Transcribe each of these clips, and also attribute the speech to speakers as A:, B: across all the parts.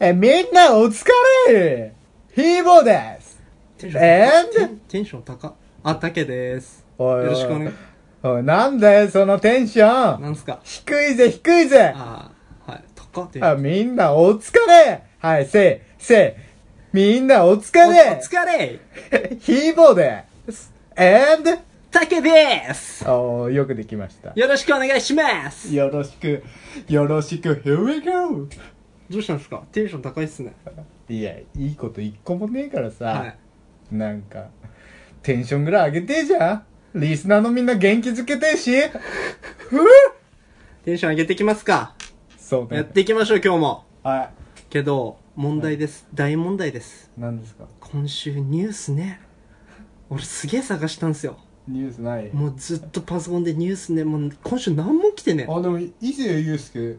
A: え、みんなお疲れヒーボーです
B: テンション
A: And？
B: テンテンション高っあたけです
A: おいおい
B: よろしくお願い
A: おい、なんだよ、そのテンション
B: なんすか
A: 低いぜ、低いぜ
B: あーはい高っテンショ
A: あ、
B: ン
A: みんなお疲れはい、せい、せい。みんなお疲
B: お
A: れ
B: 疲れ
A: ヒーボーです。and,
B: たけです
A: おー、よくできました。
B: よろしくお願いします
A: よろしく、よろしく、here we go!
B: どうしたんですかテンション高いっすね
A: いや、いいこと一個もねえからさ、
B: はい
A: なんか、テンションぐらい上げてえじゃんリスナーのみんな元気づけてえし、ふぅ
B: テンション上げていきますか
A: そうね。
B: やっていきましょう今日も
A: は
B: けど問題です大問題です
A: い。何ですか
B: 今週ニュースね俺すげえ探したんすよ
A: ニュースない
B: もうずっとパソコンでニュースねもう今週何も来てねえ
A: あ、でも、伊勢祐介、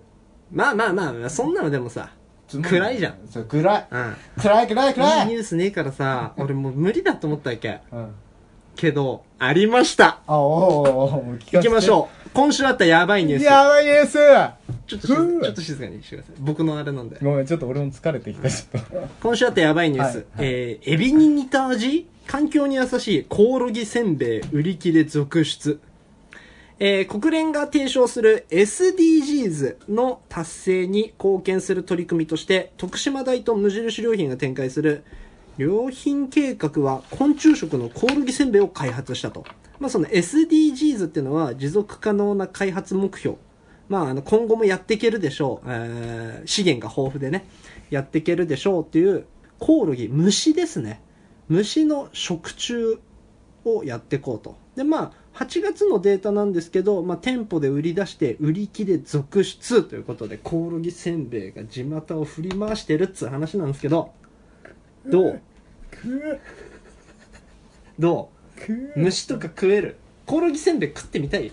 B: まあまあまあそんなのでもさ
A: つま
B: 暗いじゃん。
A: そう、暗い。
B: うん
A: 暗い暗い
B: い
A: 暗
B: いニ
A: い
B: ュースねえからさ、俺もう無理だと思ったわけ。
A: うん。
B: けど、ありました
A: あ、おーおーおー、聞
B: 行きまし
A: う
B: ょう今週あったやばいニュース。
A: やばいニュース
B: ちょっとしず
A: うー
B: ちょっと静かにしてください。僕のあれなんで。
A: ごめん、ちょっと俺も疲れてきた、ちょっと。
B: 今週あったやばいニュース。
A: はい
B: えー、エビに似た味環境に優しいコオロギせんべい売り切れ続出。えー、国連が提唱する SDGs の達成に貢献する取り組みとして、徳島大と無印良品が展開する良品計画は昆虫食のコオロギせんべいを開発したと。まあその SDGs っていうのは持続可能な開発目標。まああの今後もやっていけるでしょう。えー資源が豊富でね、やっていけるでしょうっていうコオロギ、虫ですね。虫の食虫をやっていこうと。で、まあ、8月のデータなんですけど、まあ、店舗で売り出して売り切れ続出ということで、コオロギせんべいが地股を振り回してるっつう話なんですけど、どう
A: く
B: ど
A: ー、く
B: う虫とか食えるコオロギせんべい食ってみたい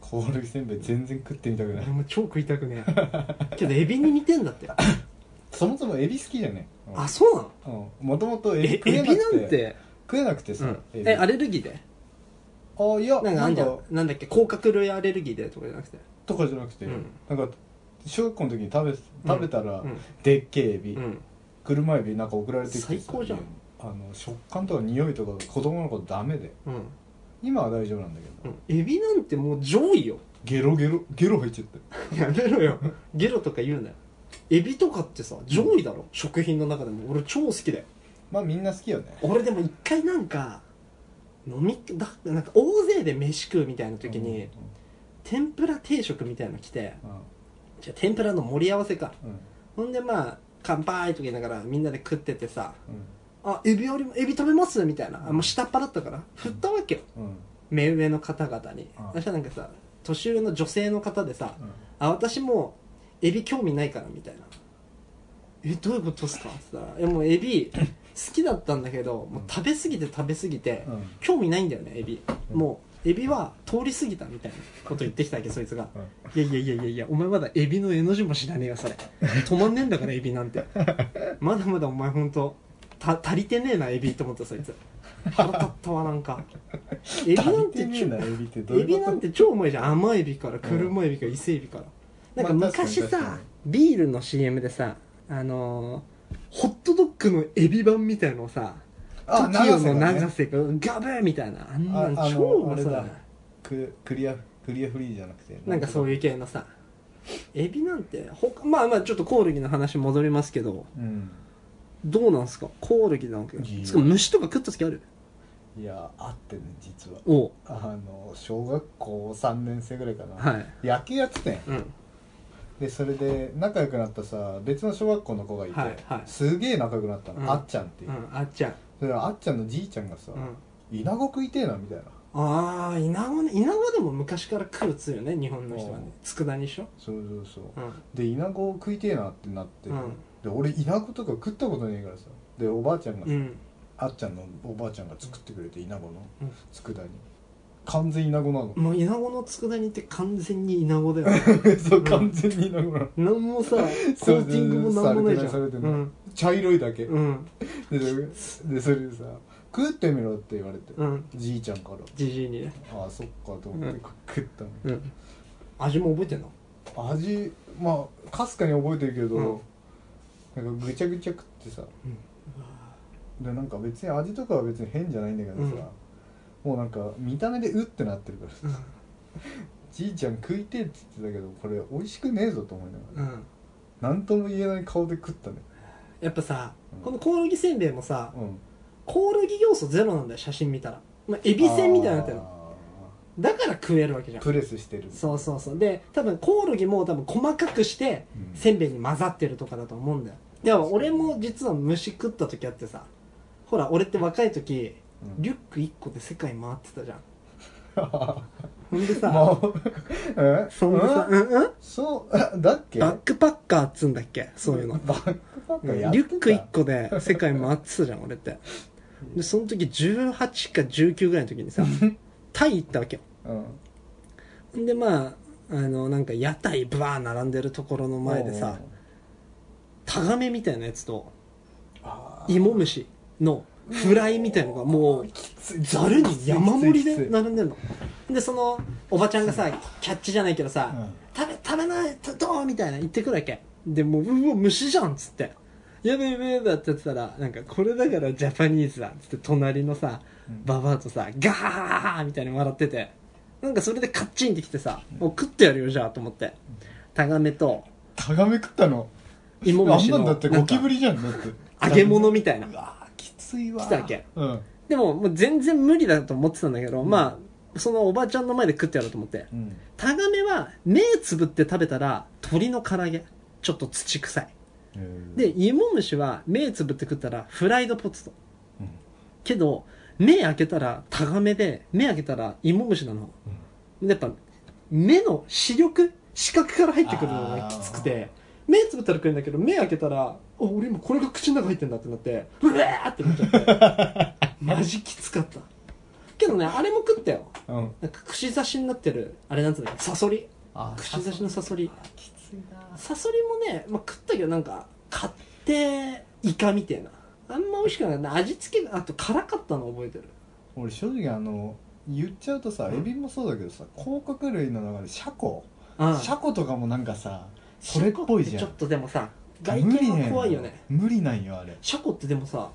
A: コオロギせんべい全然食ってみたく ない。
B: も超食いたくね けどエビに似てんだって
A: そもそもエビ好きじゃね
B: あそうなの
A: うん。もともとエビ
B: え
A: 食え
B: エ
A: なく
B: ビ
A: て。
B: なんて、
A: 食えなくて
B: う
A: さ
B: ん。えアレルギーで
A: あ、いや、
B: なんかあ
A: なんん
B: じゃ
A: か
B: ん、なんだっけ甲殻類アレルギーでとかじゃなくて
A: とかじゃなくて、
B: うん
A: なんか、小学校の時に食べ、食べたら、
B: うん
A: でっけえエビ、
B: うん
A: 車エビなんか送られてきてさ
B: 最高じゃん
A: 家にあの食感とか匂いとかが子供の頃ダメで
B: うん、
A: 今は大丈夫なんだけど、
B: うん、エビなんてもう上位よ
A: ゲロゲロゲロ入っちゃったよ
B: やめろよゲロとか言うなよエビとかってさ上位だろ、食品の中でも俺超好きだよ
A: まあみんな好きよね
B: 俺でも一回なんか飲みだなんか大勢で飯食うみたいな時に、天ぷら定食みたいなの来て
A: うん
B: じゃあ天ぷらの盛り合わせか
A: うんうん
B: ほんでまあ乾杯とか言いながらみんなで食っててさ
A: うん
B: 「あエビよりもエビ食べます?」みたいなあもう下っ端だったから振ったわけよ
A: うん
B: 目上の方々に
A: うん
B: そしたらなんかさ年上の女性の方でさ
A: うん
B: 「あ私もうエビ興味ないから」みたいな「えどういうことっすか?」って言ったら「いやもうエビ好きだったんだけどもう食べ過ぎて食べ過ぎて
A: うん
B: 興味ないんだよねエビ
A: うん
B: もうエビは通り過ぎた」みたいなこと言ってきたわけそいつが
A: うん
B: いやいやいやいやいやお前まだエビの絵の字も知らねえよそれ止まんねえんだからエビなんてまだまだお前ほんとた足りてねえなエビと思ったそいつ腹立ったわなん かエビなんて
A: 足りねえ
B: ち
A: な
B: ょ
A: エビってどうい
B: エ
A: うこと
B: ビなんて超うまいじゃん甘エビから車エビから伊勢エビからなん
A: ま
B: か
A: あ確かに
B: 昔さ、
A: 確かに
B: ビールの CM でさあのーホットドッグのエビ版みたいのをさ
A: あ
B: TOKIO の
A: 長
B: 長
A: さ
B: 瀬がガブーみたいなあんなん
A: ああの
B: 超うまそう
A: あ
B: だ
A: れ
B: な
A: だククリアクリアフリーじゃなくて
B: なんかそう
A: いう
B: いう系のさエビなんて他まあまあちょっとコオロギの話戻りますけど
A: うん
B: どうなんすかコオロギなわけ
A: いいよ
B: しかも虫とか食った時ある
A: いやあってね実は
B: おう
A: あの小学校3年生ぐらいかな、
B: はい
A: 野球やってたんや
B: うん
A: でそれで仲良くなったさ別の小学校の子がいて、
B: はいはい
A: すげえ仲良くなったの、
B: うん
A: あっちゃんっていう、
B: うんあっちゃん
A: それはあっちゃんのじいちゃんがさ、
B: うん
A: イナゴ食いてえなみたいな
B: ああイナゴねイナゴでも昔から食うつよね日本の人はね佃煮でしょ
A: そうそうそう
B: うん
A: でイナゴ食いてえなってなって、
B: うん
A: で俺イナゴとか食ったことねえからさでおばあちゃんがさ、
B: うん
A: あっちゃんのおばあちゃんが作ってくれてイナゴの
B: うん
A: 佃煮完全イナゴなの
B: もうイナゴの佃煮って完全にイナゴだよね
A: そう完全にイナゴなの
B: なんもさコーテ
A: そう
B: ィングもなんもないじゃん
A: されてないされて
B: う
A: ない
B: ん
A: 茶色いだけ、
B: うん
A: でそれでそれでさ食ってみろって言われて、
B: うん
A: じいちゃんから
B: じじいにね
A: ああそっかと思っ
B: う
A: て
B: ん
A: 食ったの、
B: うん味も覚えてんの
A: 味まあかすかに覚えてるけど、
B: うん
A: なんかぐちゃぐちゃ食ってさ、でなんか別に味とかは別に変じゃないんだけどさ、もうなんか見た目でうってなってるからさ、じいちゃん食いてえって言ってたけどこれ美味しくねえぞと思いながら、
B: うん
A: なんとも言えない顔で食ったね
B: やっぱさ、
A: うん
B: このコオロギせんべいもさ
A: うん
B: コオロギ要素ゼロなんだよ写真見たら、まあ、エビせんみたいになってるの
A: あ
B: だから食えるわけじゃ
A: ー
B: ん
A: プレスしてる
B: そうそうそうで多分コオロギも多分細かくして
A: うん
B: せんべいに混ざってるとかだと思うんだよでも俺も実は虫食った時あってさほら俺って若い時
A: うん
B: リュック1個で世界回ってたじゃんほんでさ、
A: もうえ
B: そんなさ、
A: うん
B: うんうん
A: そうあだっけ
B: バックパッカーっつうんだっけそういうの。
A: バックパッ
B: う
A: ク
B: んリ
A: や
B: ュ
A: ってた
B: ック1個で世界回ってたじゃん、俺って。で、その時18か19ぐらいの 時にさ、タイ行ったわけよ。
A: うん
B: んで、まあ、あの、なんか屋台ブワー並んでるところの前でさ、タガメみたいなやつと、
A: あー
B: イモムシのフライみたいのがもう、
A: きつい
B: ざるに山盛り
A: きつい
B: で
A: きつい
B: 並んでんの。で、その、おばちゃんがさ、キャッチじゃないけどさ、食べ、食べない、とどうみたいな言ってくるわけ。で、もう、うわ、虫じゃんっつって。やべえやべえやべえって言ってたら、なんか、これだからジャパニーズだっつって、隣のさ、
A: うん
B: ババアとさ、ガーみたいに笑ってて、なんかそれでカッチンってきてさ、もう食ってやるよ、じゃあ、と思って。タガメと、
A: タガメ食ったの
B: イモ
A: あ
B: ム
A: ん
B: シ
A: な
B: の、
A: んだって
B: なん
A: ゴ
B: か
A: キブリじゃんだって
B: 揚げ物みたいうな。
A: わーきついわ
B: 来たわけ
A: うん
B: でも、もう全然無理だと思ってたんだけど、まあ、そのおばちゃんの前で食ってやろうと思って。
A: うん
B: タガメは、目つぶって食べたら、鳥の唐揚げ。ちょっと土臭い。で、イモムシは目つぶって食ったらフライドポテト。
A: うん
B: けど、目開けたらタガメで、目開けたらイモムシなの。やっぱ、目の視力視覚から入ってくるのがきつくて、目つぶったら食えるんだけど、目開けたら、あ、俺今これが口の中入ってんだってなって、うわーってなっちゃって。マジきつかった。けどね、あれも食ったよ。
A: うん
B: なんか串刺しになってる、あれなんつうんだっけサソリ。
A: あ
B: 串刺しのサソリ。
A: きついな
B: サソリもね、まあ、食ったけどなんか買ってイカみたいなあんま美味しくなかった味付けがあと辛かったの覚えてる
A: 俺正直あの言っちゃうとさエビもそうだけどさ甲殻類の中でシャコ
B: あ
A: シャコとかもなんかさそれっぽいじゃん
B: ちょっとでもさ外見は怖いよね
A: 無理なんよあれ
B: シャコってでもさ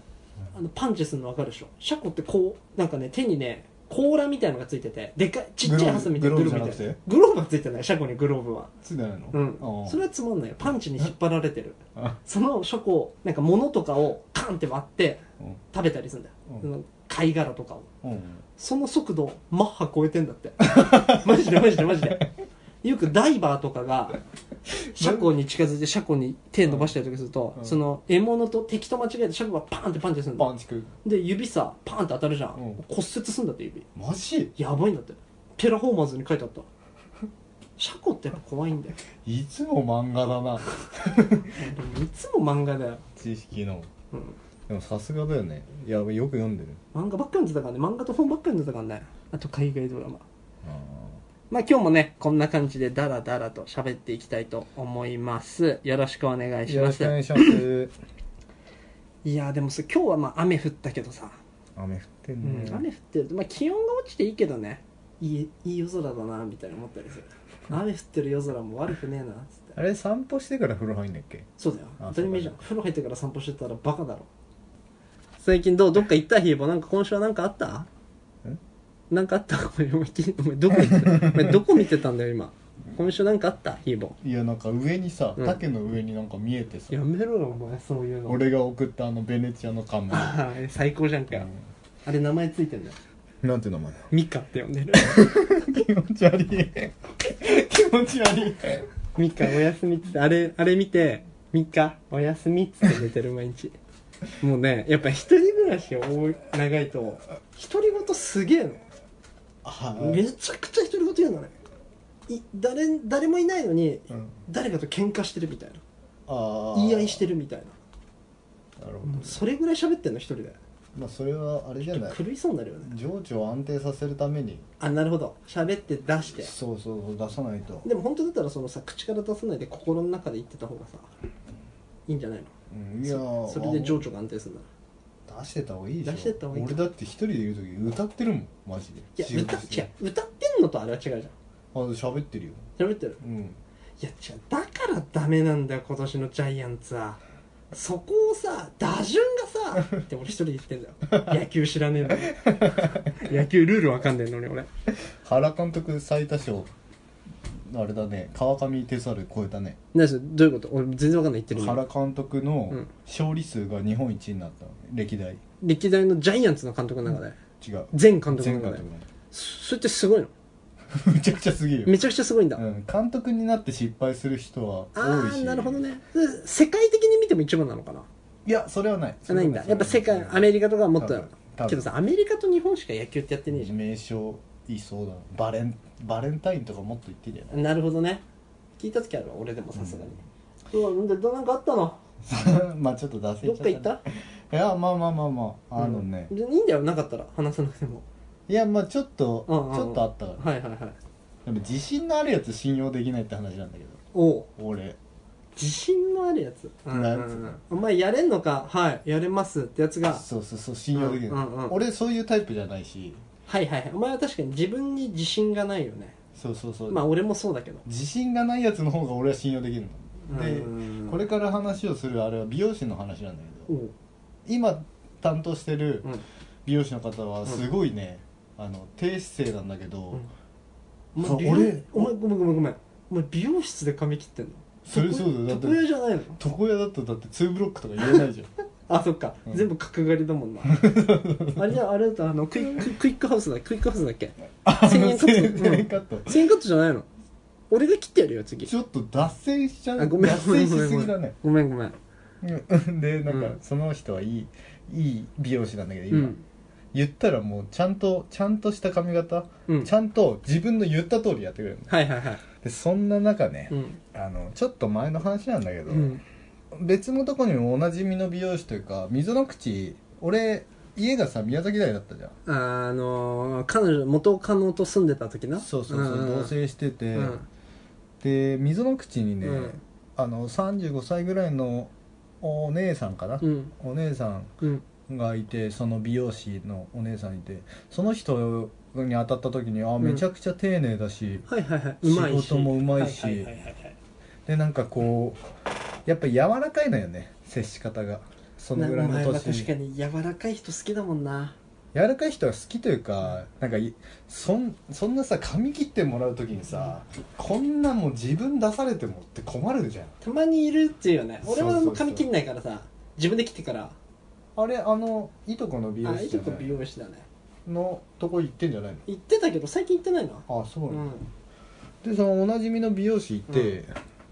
B: あのパンチするの分かるでしょシャコってこうなんかね手にね甲羅みたいのがついててでかいちっちゃいハサミ
A: グローブ
B: みたい
A: グローブじゃなく
B: グローブがついてないシャコにグローブは
A: ついてないの
B: うんそれはつまんないよパンチに引っ張られてる
A: あ
B: そのシャコなんか物とかをカンって割って
A: うん
B: 食べたりするんだよ、
A: う
B: そ
A: ん
B: の貝殻とかを
A: うん
B: その速度、マッハ超えてんだって。 マジでマジでマジで。よくダイバーと かが、車庫に近づいて車庫に手伸ばしたりとかすると、
A: うん
B: その獲物と敵と間違えて車庫がパンってパンってするんだ。
A: パンチく
B: で、指さ、パンって当たるじゃん。
A: うん
B: 骨折すんだって指。
A: マジ
B: やばいんだって。テラフォーマーズに書いてあった。車庫ってやっぱ怖いんだよ。
A: いつも漫画だな
B: いつも漫画だよ。
A: 知識の
B: うん
A: でもさすがだよねいやよく読んでる
B: 漫画ばっか読んでたからね。漫画と本ばっか読んでたからね。あと海外ドラマ。
A: あ
B: まあ今日もね、こんな感じでダラダラと喋っていきたいと思います。よろしくお願い
A: ー
B: し
A: よろ
B: ま
A: し
B: す。
A: くお願いし ます
B: いやーでもさ、今日はまあ雨降ったけどさ、
A: 雨降って
B: うん
A: ね
B: ん、雨降ってると、まあ気温が落ちていいけどね、いいいい夜空だな、みたいな思ったりする。雨降ってる夜空も悪くねえな、つって。
A: あれ散歩してから風呂入んだっけ
B: そうだよ。
A: あ
B: 当たり前じゃん。風呂入ってから散歩してたらバカだろ。最近どうどっか行ったひーぼなんか今週は何かあった
A: ん
B: なんかあったお前お前お前どこ行ってた お前どこ見てたんだよ今今週なんかあったひーぼ
A: いやなんか上にさ
B: うん
A: 竹の上になんか見えてさ
B: やめろよお前そういうの
A: 俺が送ったあのベネチアの看板
B: あー 最高じゃんかよ、あれ名前ついてんだよ
A: なんて名前
B: ミカって呼んでる
A: 気持ち 悪い気持ち悪い
B: ミカおやすみっつってあれあれ見てミカおやすみっつって寝てる毎日もうねやっぱ一人暮らしを多い長いと独り言すげえの
A: は
B: めちゃくちゃ独り言言うのねい誰誰もいないのに、
A: い、うん、
B: 誰かと喧嘩してるみたいな
A: ああ
B: 言い合いしてるみたいな
A: なるほど、
B: もうそれぐらい喋ってんの一人で
A: まあそれはあれじゃない
B: 狂いそうになるよね
A: 情緒を安定させるために
B: あなるほど喋って出して
A: そうそうそう出さないと、
B: でも本当だったらそのさ口から出さないで心の中で言ってた方がさいいんじゃないの
A: うん、いやー
B: そそれで情緒が安定するなら
A: 出してた方がいいでしょ
B: 出してった方がいい
A: 俺だって一人でいる時歌ってるもんマジで
B: いや
A: 仕
B: 歌
A: 事
B: っ
A: して
B: 違
A: て
B: う歌ってんのとあれは違うじゃん
A: あ喋ってるよ
B: 喋ってる
A: うん
B: いや違うだからダメなんだよ今年のジャイアンツはそこをさ打順がさって俺一人で言ってん だよ野球知らねえんだよ野球ルールわかんねえのに俺
A: 原監督最多勝あれだね川上哲治超えたね
B: 何それどういうこと俺全然わかんない言ってる意味
A: 原監督の
B: うん
A: 勝利数が日本一になったのね歴代
B: 歴代のジャイアンツの監督の中で
A: 違う
B: 全監督
A: 全
B: の
A: 監
B: 中で
A: 督の
B: それってすごいの
A: むちゃくちゃすぎるよ、
B: めちゃくちゃすごいんだ、
A: うん、監督になって失敗する人は
B: あ
A: 多い
B: あ
A: し
B: なるほどねで世界的に見ても一番なのかない
A: やそれはない
B: あないんだやっぱ世界アメリカとかはもっとけどさアメリカと日本しか野球ってやってねえじゃ
A: 名称いそうだなバレンバレンタインとかもっと言ってんじゃない
B: んなるほどね聞いた時あるわ俺でもさすがにうんうんでどなんかあったの
A: まあちょっと出せ
B: どっか行った
A: いやまあまあまあまああのね、
B: うんいいんだよなかったら話さなくても
A: いやまあちょっと、
B: うんうんうん
A: ちょっとあったから
B: はいはいはい
A: でも自信のあるやつ信用できないって話なんだけど
B: おう
A: 俺
B: 自信のあるやつ
A: んうんうん
B: お前やれんのかはいやれますってやつが
A: そうそうそう信用できない、
B: うんうんうん
A: 俺そういうタイプじゃないし
B: はいはいはいお前は確かに自分に自信がないよね
A: そうそうそう、
B: まあ俺もそうだけど
A: 自信がないやつの方が俺は信用できるので、
B: うん
A: これから話をするあれは美容師の話なんだけ
B: お
A: ど
B: う
A: 今担当してる
B: うん
A: 美容師の方はすごいね、あの低姿勢なんだけど、
B: うんお
A: そう
B: 前美容
A: 俺
B: お前ごめんごめんごめんお前美容室で髪切ってんの
A: それそうだよだって
B: 床屋じゃないの
A: 床屋だとだって2ブロックとか言えないじゃん
B: あそっか、
A: うん
B: 全部角刈りだも んなあれじゃあれだとあのクイッククイックハウスだクイックハウスだっけ
A: あ
B: 千円カット
A: 千円カット
B: 千円カットじゃないの俺が切ってやるよ次
A: ちょっと脱線しちゃ
B: あ
A: う
B: ごめん
A: 脱線しすぎだね
B: ごめんごめん
A: うんでなん
B: う
A: か
B: ん
A: その人はいいいい美容師なんだけど
B: う
A: 今、
B: ん
A: 言ったらもうちゃんとちゃんとした髪型、
B: うん
A: ちゃんと自分の言った通りやってくれるの
B: はいはいはい
A: でそんな中ね
B: う、ん
A: あのちょっと前の話なんだけど、
B: うん
A: 別のとこにもおなじみの美容師というか溝の口俺家がさ宮崎台だったじゃん
B: あのー彼女元カノと住んでた時な
A: そうそうそう、
B: ん
A: 同棲してて、
B: うん
A: で溝の口にね、
B: うん
A: あの35歳ぐらいのお姉さんかな、
B: うん
A: お姉さ
B: うん
A: んがいてその美容師のお姉さんいてその人に当たった時にあめちゃくちゃ丁寧だし、
B: はいはいはいうまいし
A: 仕事もうまいし
B: はいはいはいはいはい
A: でなんかこうやっぱ柔らかいのよね接し方がそのぐらい
B: な
A: の
B: お前は
A: 年に
B: 確かに柔らかい人好きだもんな
A: 柔らかい人は好きというかなんかいそんそんなさ髪切ってもらう時にさこんなもう自分出されてもって困るじゃん
B: たまにいるっていうよね俺
A: そう
B: は
A: そうそう
B: 髪切んないからさ自分で切ってから
A: あれあのいとこの美容
B: あ
A: 師
B: い
A: じ
B: と
A: ゃ
B: こ
A: な
B: 美
A: い
B: 容師だね
A: のとこ行ってんじゃないの
B: 行ってたけど最近行ってないな
A: あそう
B: う
A: なん
B: ん
A: だでそのおなじみの美容師いて、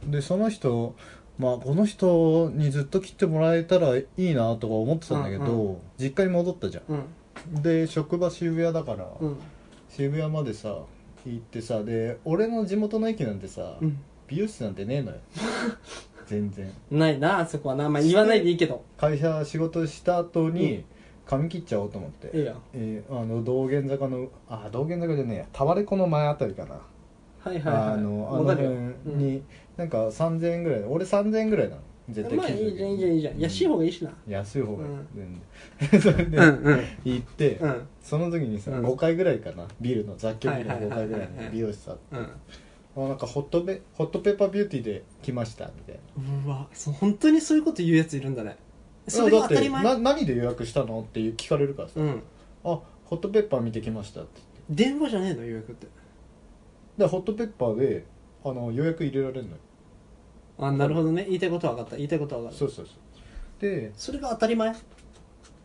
A: でその人まあこの人にずっと切ってもらえたらいいなとか思ってたんだけど、
B: うん
A: 実家に戻ったじゃ
B: うん
A: んで職場渋谷だから、
B: うん
A: 渋谷までさ行ってさで俺の地元の駅なんてさ、
B: う
A: 美容室なんてねえのよ 全然
B: んないなあそこはなまあ言わないでいいけど
A: 会社仕事した後
B: う
A: に髪切っちゃおうと思って、
B: いいや
A: えーあの道玄坂のあ道玄坂じゃねえやタワレコの前あたりかな
B: はいはいはい
A: あのあの
B: わかる
A: 辺
B: ようん
A: になんか3000円ぐらい俺3000円ぐらいなの絶対
B: まあ
A: 切る
B: いい
A: 時
B: じゃんいいじゃんいいじゃん安い方がいいしな
A: 安い方がいい、
B: うん
A: 全然 それで、
B: うん
A: 行って、
B: うん
A: その時にさ、
B: うん
A: 5階ぐらいかなビルの雑居ビルの5階ぐらい
B: はいはいはいはいは
A: の
B: い
A: 美容師さん
B: うん
A: あなんかホットペホットペッパービューティーで来ましたみたいな
B: うわそう本当にそういうこと言うやついるんだねそれが当たり前
A: だってな何で予約したのっていう聞かれるからさ、あ
B: うん
A: ホットペッパー見てきましたって言って
B: 電話じゃねえの予約って
A: でホットペッパーであの予約入れられるのよ
B: あなるほどね言いたいことは分かった言いたいことは分か
A: そ
B: る
A: うそうそうで
B: それが当たり前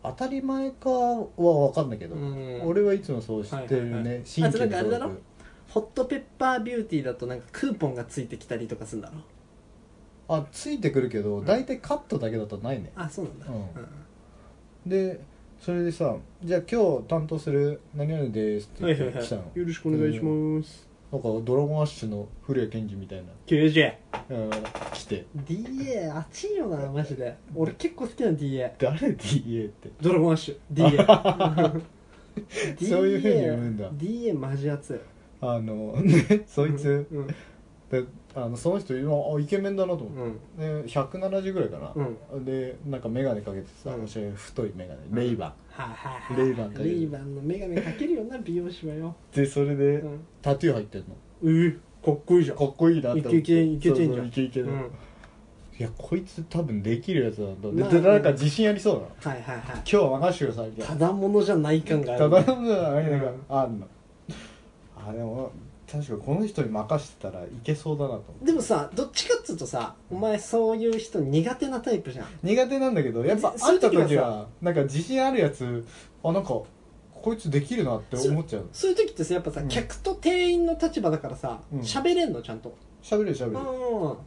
A: 当たり前かは分かんないけど、
B: うん
A: 俺はいつもそう知ってるね、
B: はいはいは
A: 新規の
B: あとなんかあれだろ
A: 登録
B: ホットペッパービューティーだとなんかクーポンがついてきたりとかするんだろ
A: あついてくるけど大体カットだけだとないね、
B: あそうなんだ
A: うん
B: う
A: でそれでさ「じゃあ今日担当する何々です」って
B: んは
A: 言っ
B: いは
A: て
B: いはい
A: 来たの、
B: よろしくお願いします
A: なんかドラゴンアッシュの古谷健二みたいな、
B: 90DA
A: うん、来て
B: 熱いよなマジで俺結構好きなの DA
A: 誰 DA って
B: ドラゴンアッシュ DA
A: そういう風に言うんだ
B: DA マジ熱い
A: あのねそいつ、
B: うん
A: であのその人今あイケメンだなと
B: う
A: 思っ
B: ん
A: て、で170ぐらいかな、
B: うん
A: でなんか眼鏡かけてさ、
B: うん
A: おしゃれ太い眼鏡レイバン
B: はいはいはい
A: レイバンかける
B: レイバンの眼鏡かけるよな美容師はよ
A: でそれで、
B: うん
A: タトゥー入ってんの
B: ええかっこいいじゃん
A: かっこいいなって
B: イケイケイケてんじゃん
A: そうそうイケイケ
B: う
A: で、
B: ん
A: いやこいつ多分できるやつなんだ、
B: まあ
A: でなんか自信ありそうだな今
B: はいはいはい
A: 日は任せてくださいみた
B: た
A: い
B: だものじゃない感があ
A: な
B: る
A: ただのじゃないなん
B: うん
A: かあんのあでも確かこの人に任せてたらいけそうだなと思う
B: でもさどっちかっつうとさお前そういう人苦手なタイプじゃん
A: 苦手なんだけどやっぱ
B: そうい
A: 会
B: う
A: った
B: 時はさ
A: 時はなんか自信あるやつあなんかこいつできるなって思っちゃう
B: そういう時ってさやっぱさ、
A: うん
B: 客と店員の立場だからさ
A: うん
B: 喋、れんのちゃんと
A: 喋るよ喋
B: う
A: るよ
B: ん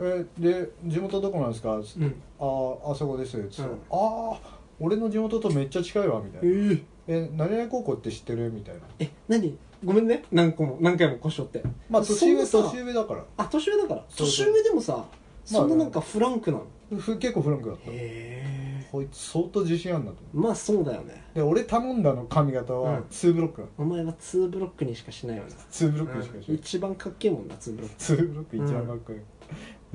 A: えで地元どこなんですかつって
B: うん
A: あーあそこですよつって、
B: うん
A: ああ俺の地元とめっちゃ近いわみたいな、
B: え
A: え何々高校って知ってるみたいな
B: え何ごめんね何個も何回も故障って
A: まあ年上
B: そんなさ
A: 年上だから
B: あ年上だから
A: そう
B: 年
A: そう
B: 上でもさそんななんかフランクなの、
A: ふ結構フランクだった
B: へえ
A: こいつ相当自信あんなと思
B: まあそうだよね
A: うで俺頼んだの髪型
B: う
A: は
B: ん
A: 2ブロックなの
B: お前は2ブロックにしかしないよな
A: 2ブロックしかし
B: うん
A: ない
B: 一番かっけえもんな2ブロック
A: 2ブロック一番かっこいい、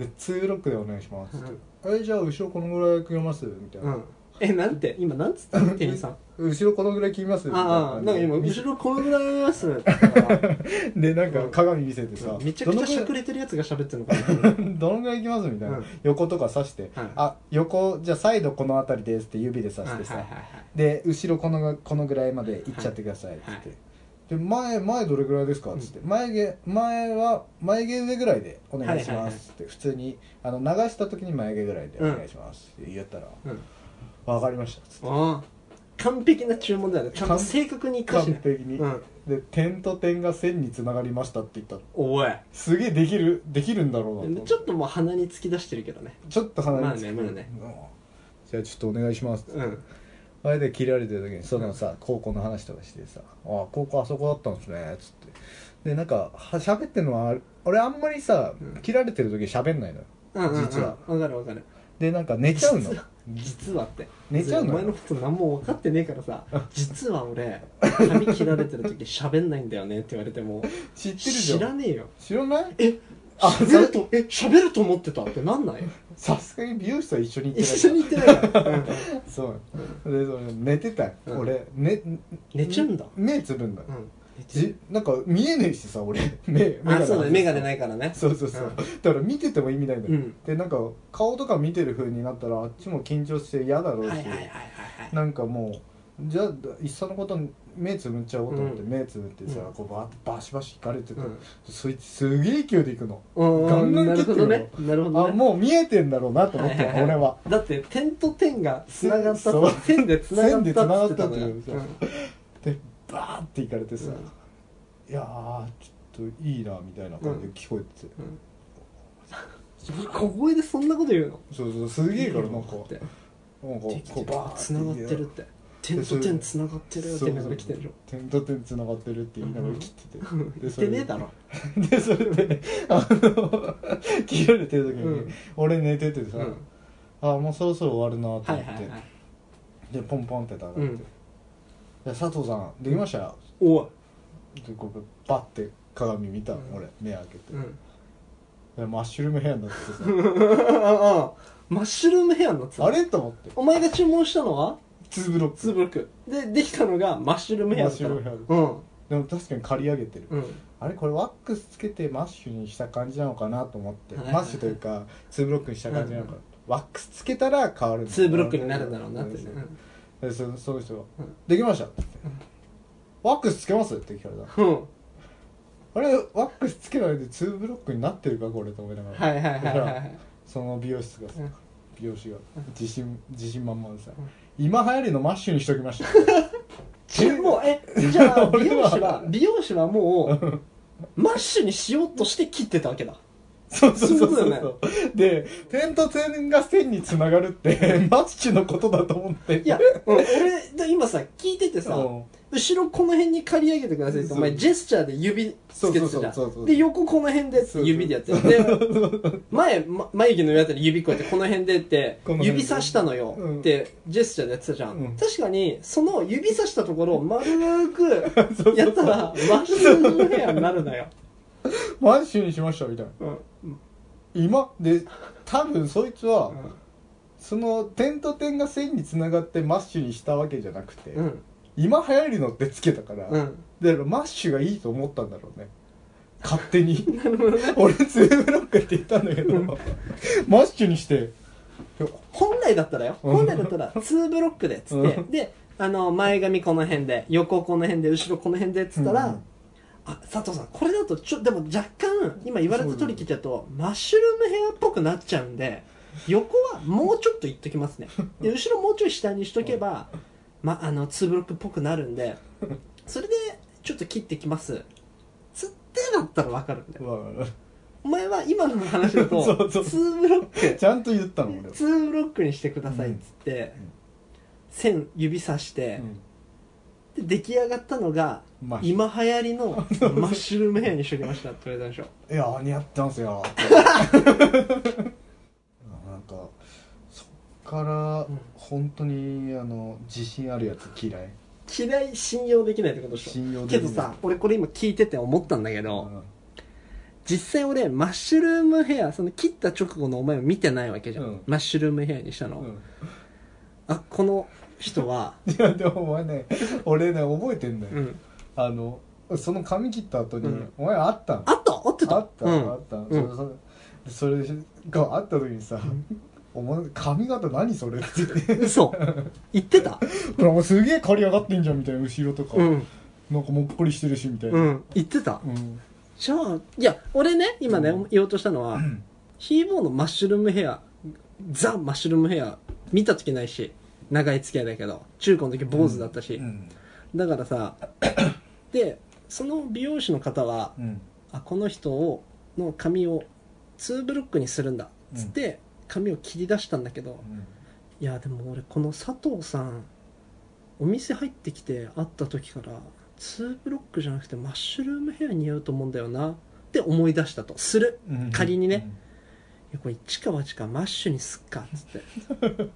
A: で2ブロックでお願いしますって、えじゃあ後ろこのぐらい組みますみたいな、
B: うんえなんて今なんつったの店 員さん
A: 後ろこのぐらい組みますみたいな
B: ああなんか今後ろこのぐらいあります って言っ
A: でなんか鏡見せてさ、
B: さめちゃくちゃしゃく
A: れ
B: れてるやつが喋ってるのかな
A: どのぐらい行きますみたいな、
B: うん
A: 横とか刺して、
B: はい
A: あ横じゃあサイドこの辺りですって指で刺
B: は
A: し
B: い
A: てさ、
B: はいはいはい
A: で後ろこのこのぐらいまで行っちゃってくださいっつって、
B: はい
A: で前前どれぐらいですかっつって、眉毛前は眉毛上ぐらいでお願いしますっつって、普通にあの流した時に眉毛ぐらいでお願いしますって言ったら「
B: うん
A: わかりました」っつって
B: ああ完璧な注文だよねちゃんと正確に歌詞
A: 完璧に、
B: うん
A: で点と点が線につながりましたって言ったら
B: おい
A: すげえできるできるんだろうなと思て
B: ちょっともう鼻に突き出してるけどね
A: ちょっと鼻につく
B: まあねまあね
A: うんじゃあちょっとお願いしますって
B: うん
A: あれで切られてる時にそのさ高校の話とかしてさ「ああ高校あそこだったんですね」っつってでなんかは喋ってるのは俺あんまりさ
B: うん
A: 切られてる時喋んないのよ
B: うんうんうん
A: 実は
B: わかるわかる
A: でなんか寝ちゃうの
B: 実は実はって
A: 寝ちゃうの
B: お前のこと何も分かってねえからさ実は俺髪切られてる時喋んないんだよねって言われても
A: 知ってるじゃ
B: 知
A: ん
B: らねえよ
A: 知らない
B: え
A: あ
B: 喋るとえ喋ると思ってたってなんないよ
A: さすがに美容室は一緒に行って
B: 一
A: ない
B: 緒に行ってないからうん
A: そうでそれ寝てたよ
B: うん
A: 俺、ね、
B: 寝ちゃうんだ
A: 目つぶんだよ、
B: うん
A: じなんか見えねえしさ俺目
B: あそうだね眼鏡
A: い
B: ないからね
A: そうそうそう、
B: うん
A: だから見てても意味ないのよ、
B: うん
A: でなんか顔とか見てる風になったらあっちも緊張して嫌だろうし、
B: はいはいはいはいはい
A: なんかもうじゃあいっそのこと目つぶっちゃおうと思って、
B: うん
A: 目つぶってさ、
B: うん
A: こうババシバシいかれてて、
B: うん
A: そいつすげえ勢いでいくの、
B: うん
A: ガンガン
B: な
A: 切
B: る
A: って
B: ほ
A: るよ
B: どねなるほど
A: あ
B: ね
A: もう見えてんだろうなと思って、
B: はいはいはい
A: 俺は
B: だって点と点がつながった
A: そう
B: 点でつながったっ
A: 線で
B: て言ってた
A: 繋がったっ
B: の
A: て
B: よ
A: いうそうでバーっていかれてさ、
B: うん
A: いやーちょっといいなみたいな感じで聞こえてて、
B: うん小声でそんなこと言うの
A: そうそうすげえからなんか
B: っ
A: なんか
B: て
A: こうバーって
B: つながってるって点と点つながってるよって言いながら来てるでしょ
A: 点と点つながってるって言いながら切ってて、
B: 言っ
A: それ
B: てねえだろ
A: でそれであの切られてる時に、
B: うん
A: 俺寝ててさ、
B: うん
A: あもうそろそろ終わるなと思って、
B: はいはいはい
A: でポンポンって叩いて、
B: うん
A: で佐藤さんできましたよ、
B: おい
A: でこうバッて鏡見たの、
B: うん
A: 俺目開けて、
B: うん
A: でマッシュルームヘアになっててさ
B: マッシュルームヘアにな ってた
A: あれと思って
B: お前が注文したのは
A: 2ブロック
B: ツーブロックでできたのがマッシュルームヘアだったの
A: マッシュルーム
B: うん
A: でも確かに刈り上げてる、
B: うん
A: あれこれワックスつけてマッシュにした感じなのかなと思って、
B: はいはい
A: マッシュというか2ブロックにした感じなのかな、ワックスつけたら変わるんだ
B: ツーブロックになるんだろうなってね
A: でそその人が
B: うん
A: 「できました」って言ってワックスつけます?」って聞かれた
B: うんうん
A: あれワックスつけないで2ブロックになってるかこれと思いながら
B: はいはいはいはい
A: だ
B: は
A: から
B: い
A: その美容室がさ、
B: うん
A: 美容師が自信自信満々でさ、
B: うん
A: 今流行りのマッシュにしときました
B: ちもうえ じゃあ美
A: 俺
B: 容
A: は
B: 師は美容師はもうマッシュにしようとして切ってたわけだ
A: そうそうそうそ
B: そう
A: う
B: だよ
A: で点と点が線につながるってマッシュのことだと思って
B: いや、うん、俺で今さ聞いててさ
A: うん
B: 後ろこの辺に刈り上げてくださいってお前
A: そう
B: ジェスチャーで指つけてたじゃ
A: そうそうそうそ
B: ん
A: う
B: で横この辺でって指でやってるで前、ま眉毛の上あたり指こうやってこの辺でって
A: この辺で
B: 指さしたのよ
A: うん
B: ってジェスチャーでやってたじゃん、
A: うん
B: 確かにその指さしたところを丸く
A: う
B: やったらマッシュルームヘアになるのよ、
A: マッシュにしましたみたいな
B: うん
A: 今で多分そいつは、その点と点が線につながってマッシュにしたわけじゃなくて、
B: うん
A: 今流行りのってつけたから、
B: うん
A: だからマッシュがいいと思ったんだろうね勝手に 俺ツーブロックって言ったんだけど、マッシュにして
B: 本来だったらよ
A: うん
B: 本来だったら2ブロックでっつって、
A: うん
B: であの前髪この辺で横この辺で後ろこの辺でっつったら、
A: うん
B: あ佐藤さんこれだとちょでも若干今言われた通り聞いちゃうとマッシュルームヘアっぽくなっちゃうんで横はもうちょっといっと きますねで後ろもうちょい下にしとけば、ま、あの2ブロックっぽくなるんでそれでちょっと切ってきますつってだったらわかるんだよ
A: わ
B: お前は今の話だ と
A: そうそう
B: 2ブロック
A: ちゃんと言ったの俺は、
B: ツーブロックにしてくださいっつって、
A: うん
B: 線指さして、で出来上がったのが
A: うんマッシュ
B: 今流行りのマッシュルームヘアにしときましたって言われたでしょ
A: いや似合ってますよ なんかそっから
B: うん
A: 本当にあの自信あるやつ嫌い
B: 嫌い信用できないってことでしょ
A: 信用で
B: け
A: き
B: ど
A: ない
B: さ俺これ今聞いてて思ったんだけ
A: う
B: ど、
A: ん
B: 実際俺マッシュルームヘアその切った直後のお前を見てないわけじゃん、
A: うん
B: マッシュルームヘアにしたの、
A: うん
B: あこの人は
A: いやでもお前ね俺ね覚えてんだよ、
B: うん
A: あのその髪切った後に、
B: うん
A: お前あったの
B: あった合ってた
A: あった、
B: うん
A: あった、
B: ん
A: それそれがあった時にさ「お前髪型何それ?」って 言って
B: 嘘言ってた
A: ほらもうすげえ刈り上がってんじゃんみたいな後ろとか、
B: うん
A: なんかもっこりしてるしみたいな
B: うん言ってた
A: うん
B: じゃあいや俺ね今ね、
A: うん
B: 言おうとしたのは、ヒーボーのマッシュルームヘアザ・マッシュルームヘア見た時ないし長い付き合いだけど中高の時坊主だったし、
A: うん
B: だか らさでその美容師の方は
A: うん
B: あこの人をの髪を2ブロックにするんだっつって、髪を切り出したんだけどいやでも俺この佐藤さんお店入ってきて会った時から2ブロックじゃなくてマッシュルームヘア似合うと思うんだよなって思い出したとする
A: うん
B: 仮にねいやこれ一か八かマッシュにすっかっつって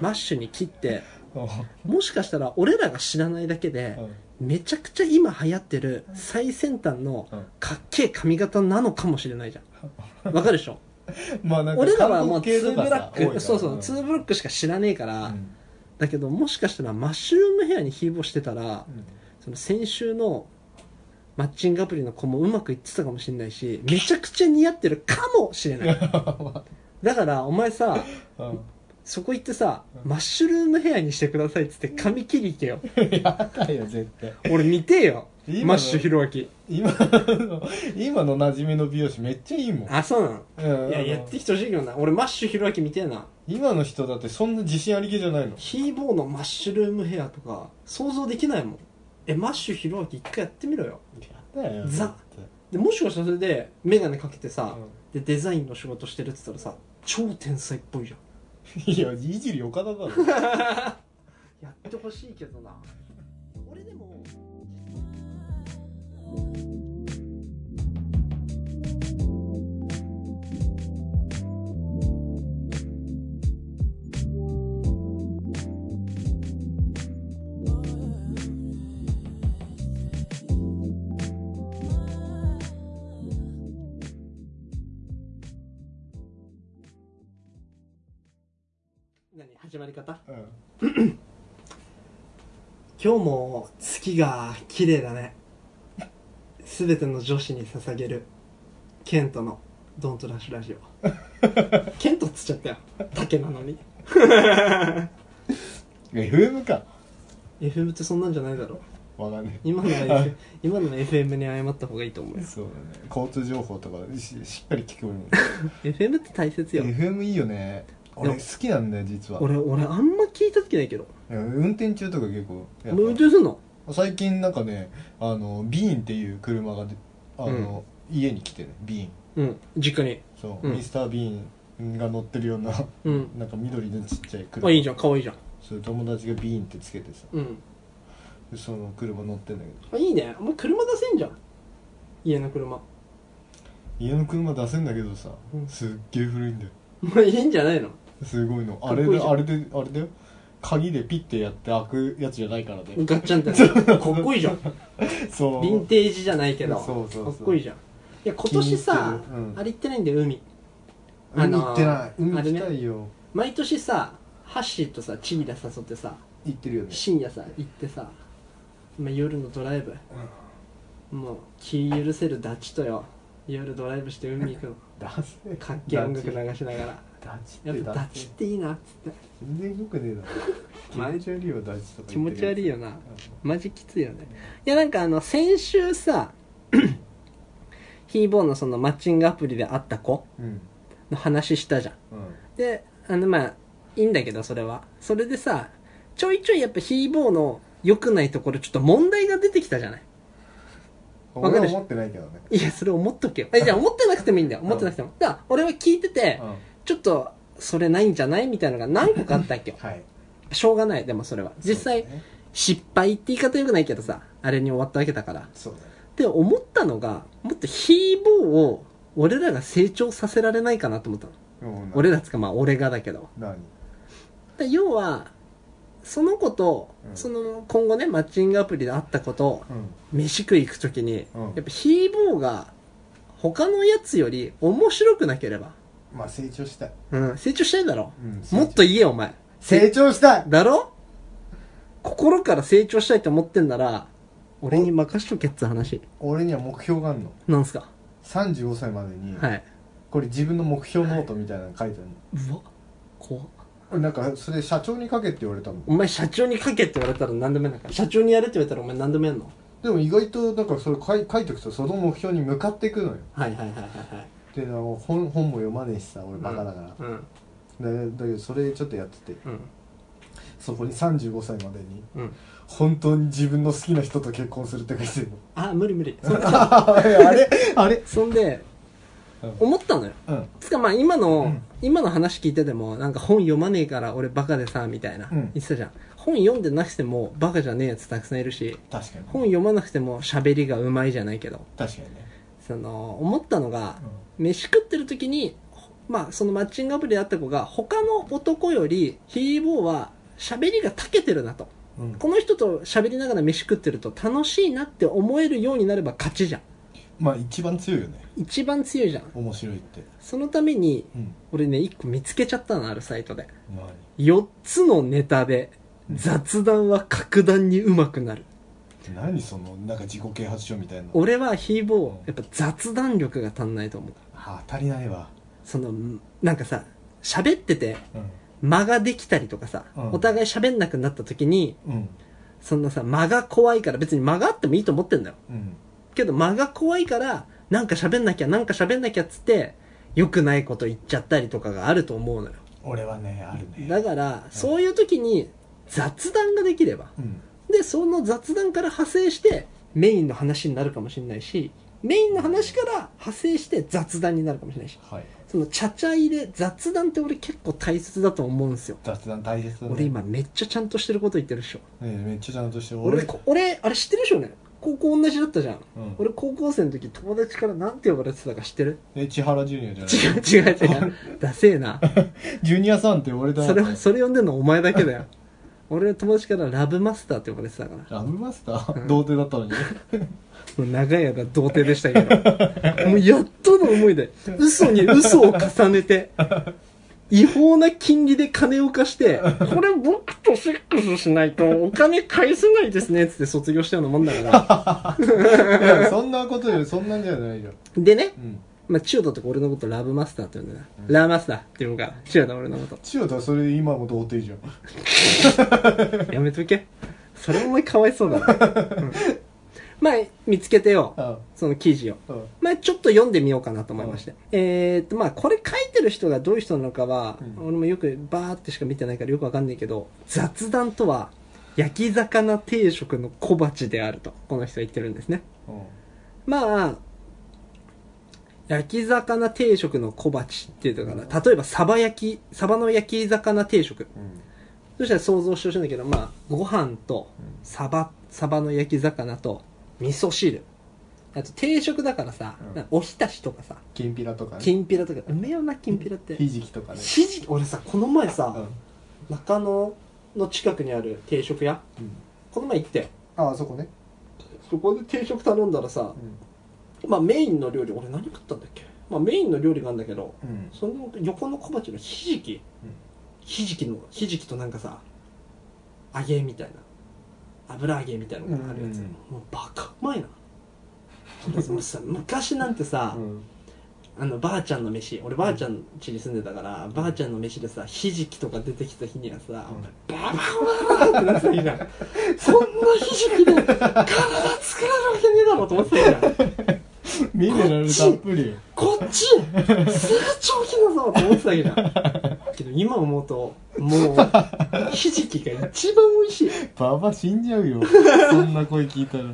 B: マッシュに切って
A: うんうん
B: もしかしたら俺らが知らないだけで
A: うん
B: めちゃくちゃ今流行ってる最先端の
A: うん
B: かっけえ髪型なのかもしれないじゃんわかるでしょ
A: まあなんか
B: 俺らはも
A: 韓
B: う
A: 国系
B: 2
A: と
B: ブロ
A: かさ多
B: ッ
A: いか
B: ク
A: ら
B: そうそう2ブロックしか知らねえから、だけどもしかしたらマッシュルームヘアにヒーボーしてたら
A: うん
B: その先週のマッチングアプリの子もうまくいってたかもしれないしめちゃくちゃ似合ってるかもしれない だからお前さ
A: うん
B: そこ行ってさ、
A: うん
B: マッシュルームヘアにしてくださいっつって髪切り行けよ。
A: やだよ絶対
B: 俺見てえよ。
A: 今の
B: マッシュひろあき。
A: 今の今の馴染みの美容師めっちゃいいもん
B: あ、そうな
A: うん
B: のいや、やってきてほしいけどな。俺マッシュひろあき見てえな。
A: 今の人だってそんな自信ありげじゃないの
B: ヒーボーのマッシュルームヘアとか、想像できないもん。え、マッシュひろあき一回やってみろよ。
A: やだよだ
B: ザ
A: って
B: で、もしかしたらそれで、メガネかけてさ、
A: う
B: で、デザインの仕事してるって言ったらさ、超天才っぽいじゃん。
A: んいやいじり岡田だろ
B: やってほしいけどな。俺でも、何始まり方
A: うん
B: 今日も月が綺麗だね全ての女子に捧げるケントの「ドントラッシュラジオ」 ケントっつっちゃったよ竹なのに
A: FM か
B: FM ってそんなんじゃないだろう
A: わかんない
B: 今のは F 今のは FM に謝った方がいいと 思うよ
A: そうだね交通情報とかししっかり聞くもん
B: FM って大切よ
A: FM いいよね俺
B: で
A: 好
B: も
A: きなんだよ実は
B: 俺俺あんま聞いた時ないけど
A: いや運転中とか結構やっ
B: もう運転すんの
A: ぱ最近なんかねあのビーンっていう車がであの、家に来てねビーン
B: うん実家に
A: そう、
B: うん
A: ミスター・ビーンが乗ってるような
B: うん
A: なんか緑のちっちゃい車
B: あいいじゃん可愛いじゃん
A: そう友達がビーンってつけてさ
B: うん
A: でその車乗ってんだけど
B: あいいねお前車出せんじゃん家の車
A: 家の車出せんだけどさ、
B: うん
A: すっげえ古いんだよ
B: まあいいんじゃないの
A: すごいの
B: か
A: あ
B: っ
A: れ
B: こいい
A: で
B: じゃん
A: あれであれだよ鍵でピッてやって開くやつじゃないからね、
B: ガッチャンって なるかっこいいじゃん
A: そう
B: ヴィンテージじゃないけど
A: そうそうそう
B: かっこいいじゃんいや今年さ、
A: 気に入ってるうん
B: あれ行ってないんだよ海あ
A: 海
B: のー
A: 行ってない海行き
B: あ
A: た
B: れね
A: いよ、
B: 毎年さハッシーとさチーラ誘ってさ
A: 行ってるよね
B: 深夜さ行ってさ、まあ、夜のドライブもう気許せるダチとよ夜ドライブして海行くの
A: ダセ
B: かっけえ音楽
A: ダチ
B: 流しながら
A: ダチ
B: や
A: っ
B: ってぱ
A: ダ
B: ダ
A: チ
B: チっていいなっつって
A: 全然よくねえだろ気持ち悪いよダチとか
B: 気持ち悪い
A: よ
B: よなマジきついよねいやなんかあの先週 さヒーボーのそのマッチングアプリで会った子
A: うんうん
B: の話したじゃんであのまあいいんだけどそれはそれでさちょいちょいやっぱヒーボーの良くないところちょっと問題が出てきたじゃないわか
A: 俺
B: る
A: は
B: し
A: 思ってないけどね
B: いやそれ思っとけよえじゃあ思ってなくてもいいんだよ思ってなくてもだから俺は聞いてて
A: うん
B: ちょっとそれないんじゃないみたいなのが何個かあったっけよ
A: はい
B: しょうがないでもそれは実際、失敗って言い方よくないけどさあれに終わったわけだから
A: そうだね
B: で思ったのがもっとヒーボーを俺らが成長させられないかなと思ったの
A: そうだね
B: 俺らつかまあ俺がだけど
A: 何
B: で要はその子と、
A: うん
B: その今後ねマッチングアプリで会った子と
A: うん
B: 飯食い行く時に、
A: うん
B: やっぱヒーボーが他のやつより面白くなければ、
A: まあ成長したい
B: うん、成長したいだろ、
A: うん
B: もっと言えよお前
A: 成長したい
B: だろ心から成長したいと思ってんなら俺に任しとけっつう話
A: 俺には目標があるの
B: なんすか
A: 35歳までに
B: はい
A: これ自分の目標ノートみたいなの書いてあるの
B: うわ怖っ
A: これなんかそれ社長に書けって言われたの
B: お前社長に書けって言われたら何でもやんのか社長にやれって言われたらお前何でもやんの
A: でも意外となんかそれ書い書いておくとその目標に向かっていくのよ
B: はいはいはいはいはい
A: でなんか本本も読まねえしさ俺バカだから、
B: うん
A: だだけどそれちょっとやってて
B: うん
A: そこに35歳までに
B: うん
A: 本当に自分の好きな人と結婚するって書いてるの
B: あ無理無理そん
A: あれあれ
B: そんで
A: うん
B: 思ったのよ
A: うん
B: つかまあ今の、
A: うん
B: 今の話聞いててもなんか本読まねえから俺バカでさみたいな、
A: うん
B: 言ってたじゃん本読んでなくてもバカじゃねえやつたくさんいるし
A: 確かに
B: 本読まなくても喋りがうまいじゃないけど
A: 確かにね
B: その思ったのが、飯食ってる時にまあそのマッチングアプリで会った子が他の男よりヒーボーは喋りが長けてるなと
A: うん、うん
B: この人と喋りながら飯食ってると楽しいなって思えるようになれば勝ちじゃん
A: まあ一番強いよね
B: 一番強いじゃん
A: 面白いって
B: そのために
A: うん
B: 俺ね1個見つけちゃったのあるサイトで
A: 何
B: 4つのネタで
A: うん
B: 雑談は格段に上手くなる
A: 何そのなんか自己啓発書みたいな
B: 俺はヒーボーやっぱ雑談力が足んないと思う
A: あー足りないわ
B: そのなんかさ喋ってて
A: うん
B: 間ができたりとかさ、
A: うん
B: お互い喋んなくなった時に
A: うん
B: そんなさ間が怖いから別に間があってもいいと思ってんだよ
A: うん
B: けど間が怖いからなんか喋んなきゃなんか喋んなきゃっつって良くないこと言っちゃったりとかがあると思うのよ
A: 俺はねあるね
B: だからそういう時に雑談ができれば
A: うん
B: でその雑談から派生してメインの話になるかもしれないしメインの話から派生して雑談になるかもしれないし
A: はい
B: そのちゃちゃ入れ雑談って俺結構大切だと思うんですよ
A: 雑談大切だね
B: 俺今めっちゃちゃんとしてること言ってるでしょ
A: ねめっちゃちゃんとしてる
B: 俺こ俺あれ知ってるでしょね高校同じだったじゃん
A: うん、
B: 俺高校生の時友達からなんて呼ばれてたか知ってる
A: え千原ジュニアじゃない
B: 違う違う違うダセえな
A: ジュニアさんって俺だ
B: それそれ呼んでんのお前だけだよ俺の友達からラブマスターって呼ばれてたから
A: ラブマスター、童貞だったの に
B: もう長い間童貞でしたけどもうやっとの思いで嘘に嘘を重ねて違法な金利で金を貸してこれ僕とセックスしないとお金返せないですねっつって卒業したようなもんだから
A: いやそんなことよりそんなんじゃないよ、
B: でね
A: うん、
B: まあ、チュードとか俺のことラブマスターって呼んでな、ラブマスターって呼ぶからチュード俺のこと
A: 千代田それ今も童貞じゃん
B: やめとけ。それお前かわいそうだな、うんまあ、見つけてよ。
A: あ
B: その記事を。
A: あ
B: まあ、ちょっと読んでみようかなと思いまして。えーっと、まあ、これ書いてる人がどういう人なのかは、
A: うん
B: 俺もよくバーってしか見てないからよくわかんないけど、雑談とは、焼き魚定食の小鉢であると、この人は言ってるんですね。
A: うん
B: まあ、焼き魚定食の小鉢っていうのかな。例えば、サバ焼き、サバの焼き魚定食。
A: うん
B: そしたら想像してほしいんだけど、まあ、ご飯と
A: うん
B: サバ、サバの焼き魚と味噌汁。あと定食だからさ、
A: うん
B: なんかおひたしとかさ、
A: きんぴらとか
B: き
A: ね
B: んぴらとか、うめえよな、きんぴらって。
A: ひじきとかね
B: ひじ、俺さ、この前さ、
A: うん
B: 中野の近くにある定食屋、
A: うん
B: この前行って、
A: ああそこね、
B: そこで定食頼んだらさ、まあメインの料理、俺何食ったんだっけまあメインの料理があるんだけど、
A: うんうん、
B: その横の小鉢のひじき、
A: うん
B: ひじきのひじきとなんかさ揚げみたいな油揚げみたいなのがあるやつ、
A: うんうん
B: もうバカうまいなだってもう さ昔なんてさ、
A: うん
B: あのばあちゃんの飯俺ばあちゃん家に住んでたから、ばあちゃんの飯でさひじきとか出てきた日にはさ、お前バババババってなってたじゃんそんなひじきで体作れるわけねえだろと思ってたじゃん
A: ミネラルたっぷり
B: こっち成長期だぞと思ってたけどけど今思うともうひじきが一番美味しい
A: ババ死んじゃうよそんな声聞いたら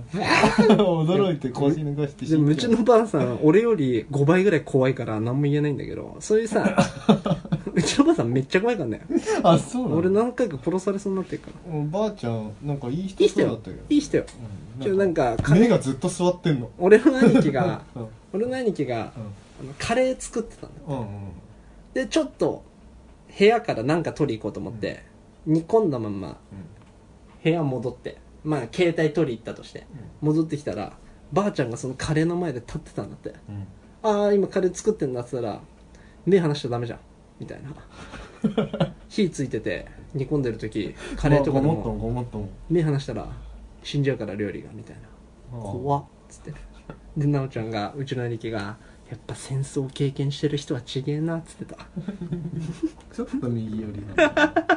A: 驚いて腰抜かして
B: で
A: 死ん
B: もう
A: じ
B: ち
A: ゃう
B: のばあさん俺より5倍ぐらい怖いから何も言えないんだけどそういうさうちのばあさんめっちゃ怖いからね
A: あそうなの
B: 俺何回か殺されそうになってるから
A: うんばあちゃんなんかいい
B: いい
A: 人
B: 人
A: そうだっ
B: よ
A: たけど
B: いい人よ
A: うん
B: ちょなんかか
A: 目がずっと座ってんの
B: 俺の兄貴が
A: うんうん
B: 俺の兄貴があのカレー作ってたの
A: うんうん
B: でちょっと部屋から何か取り行こうと思って、煮込んだまんま部屋戻ってまあ携帯取り行ったとして戻ってきたらばあちゃんがそのカレーの前で立ってたんだって
A: うんうん
B: ああ今カレー作ってんだっつったら目離しちゃダメじゃんみたいな 火ついてて煮込んでる時カレーとかで
A: まあご
B: も
A: もっとも
B: 目離したら死んじゃうから料理がみたいな
A: ごもっとも
B: 怖っつってで奈緒ちゃんがうちの兄貴がやっぱ戦争経験してる人はちげえなっつってた
A: ちょっと右寄りなんだ考え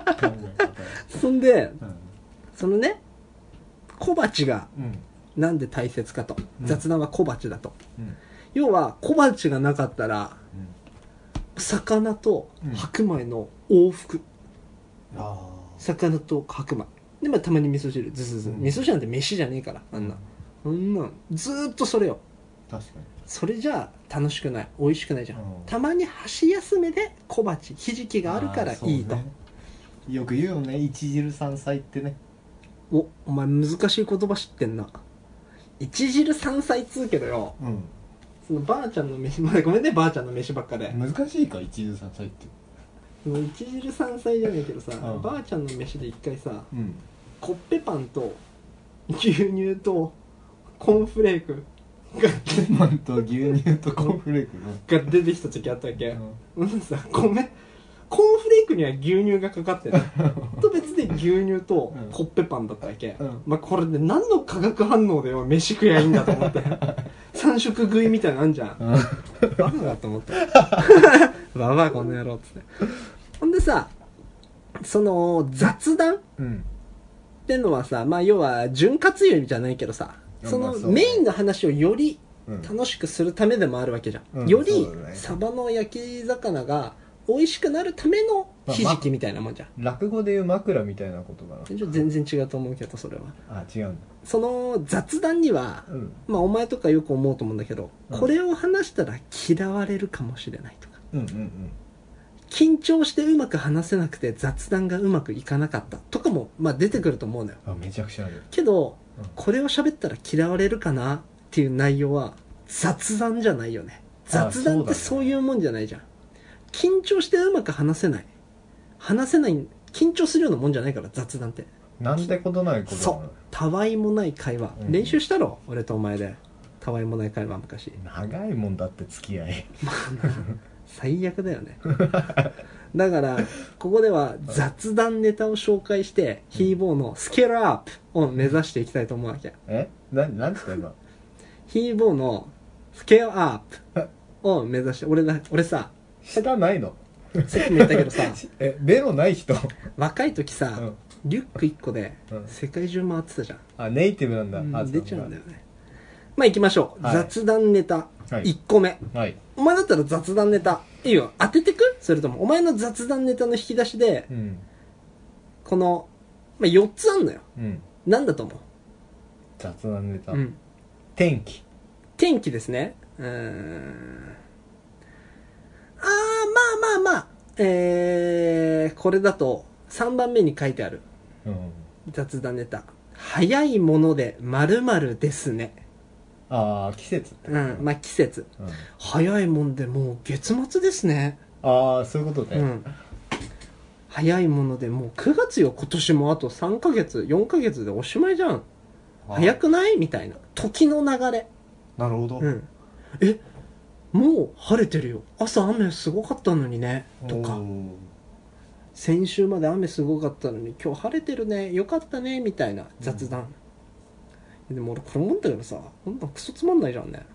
A: 方
B: そんで
A: うん
B: そのね小鉢が
A: うん
B: なんで大切かと、
A: うん
B: 雑談は小鉢だと
A: うん
B: 要は小鉢がなかったら
A: うん
B: 魚と
A: うん
B: 白米の往復、
A: あ
B: 魚と白米で、まあ、たまに味噌汁ズズズ、
A: うん
B: 味噌汁なんて飯じゃねえからあんな、そんなんずーっとそれよ
A: あ確かに
B: それじゃあ楽しくない美味しくないじゃん、
A: うん
B: たまに箸休めで小鉢ひじきがあるから
A: あー
B: いい
A: そ
B: と、
A: うねよく言うよね一汁三菜ってね
B: おお前難しい言葉知ってんな一汁三菜っつうけどよ
A: うん
B: そのばあちゃんの飯ごめんねばあ ちゃんの飯ばっかで、
A: 難しいか一汁三菜って
B: その一汁三菜じゃねえけどさ、
A: うん
B: ばあちゃんの飯で一回さ
A: うん
B: コッペパンと牛乳とコーンフレークが
A: レモンと牛乳とコーンフレークの
B: が出てきた時あったわけ、
A: うん
B: うん、さ米コーンフレークには牛乳がかかってると別で牛乳と
A: うん
B: コッペパンだったわけ、
A: うん
B: まあ、これで何の化学反応でよ飯食やいいんだと思って 三食食いみたいなのあんじゃん
A: うん
B: バカだ と思ってババアこの野郎っつってほんでさその雑談っ
A: うん
B: てのはさまあ要は潤滑油じゃないけどさそ
A: ま
B: の
A: あそうね
B: メインの話をより
A: うん
B: 楽しくするためでもあるわけじゃん、
A: うん
B: より、
A: そうだね
B: サバの焼き魚が美味しくなるためのひじきみたいなもんじゃん、
A: 落語でいう枕みたいなことか
B: ちょっと全然違うと思うけどそれは
A: なあ違うんだ
B: その雑談には、
A: うん
B: まあお前とかよく思うと思うんだけど、
A: うん
B: これを話したら嫌われるかもしれないとか
A: うんうん
B: 緊張してうまく話せなくて雑談がうまくいかなかったとかも、まあ、出てくると思うのよ
A: うんあめちゃくちゃある
B: けど、
A: うん
B: これを喋ったら嫌われるかなっていう内容は雑談じゃないよね雑談って
A: あそう
B: そう
A: だね
B: いうもんじゃないじゃん、緊張してうまく話せない話せない緊張するようなもんじゃないから雑談って
A: なんてことないこと
B: そ
A: な
B: うたわいもない会話、
A: うん
B: 練習したろ俺とお前でたわいもない会話昔
A: 長いもんだって付き合 い
B: 最悪だ よねだからここでは雑談ネタを紹介して、ヒーボーのスケールアップを目指していきたいと思うわけ
A: えななんつった 今
B: ヒーボーのスケールアップを目指して俺だ俺さ
A: 知らないの
B: さっきも言ったけ どさ
A: えベロない人
B: 若い時さ、
A: うん
B: リュック1個で
A: うん
B: 世界中回ってたじゃん、
A: あネイティブなんだ、
B: うん
A: あ
B: 出ちゃうんだよねまあ行きましょう、
A: はい
B: 雑談ネタ
A: はい
B: 1個目、
A: はい
B: お前だったら雑談ネタいいよ当ててくそれともお前の雑談ネタの引き出しで
A: うん
B: この、まあ、4つあんのよ
A: うん
B: なんだと思
A: 雑談ネタ、
B: う、うん、
A: 天気
B: 天気ですねうーんあーまあまあまあえー、これだと3番目に書いてある
A: うん
B: 雑談ネタ早いもので〇〇ですね
A: ああ季節って
B: う
A: こと
B: んまあ季節
A: うん
B: 早いもんでもう月末ですね
A: ああそういうことね、
B: うん早いものでもう9月よ今年もあと3ヶ月4ヶ月でおしまいじゃん
A: あ
B: 早くないみたいな時の流れ
A: なるほど、
B: うんえもう晴れてるよ朝雨すごかったのにねとか
A: おー
B: 先週まで雨すごかったのに今日晴れてるねよかったねみたいな雑談、でも俺これ持ってたけどさほんとクソつまんないじゃんね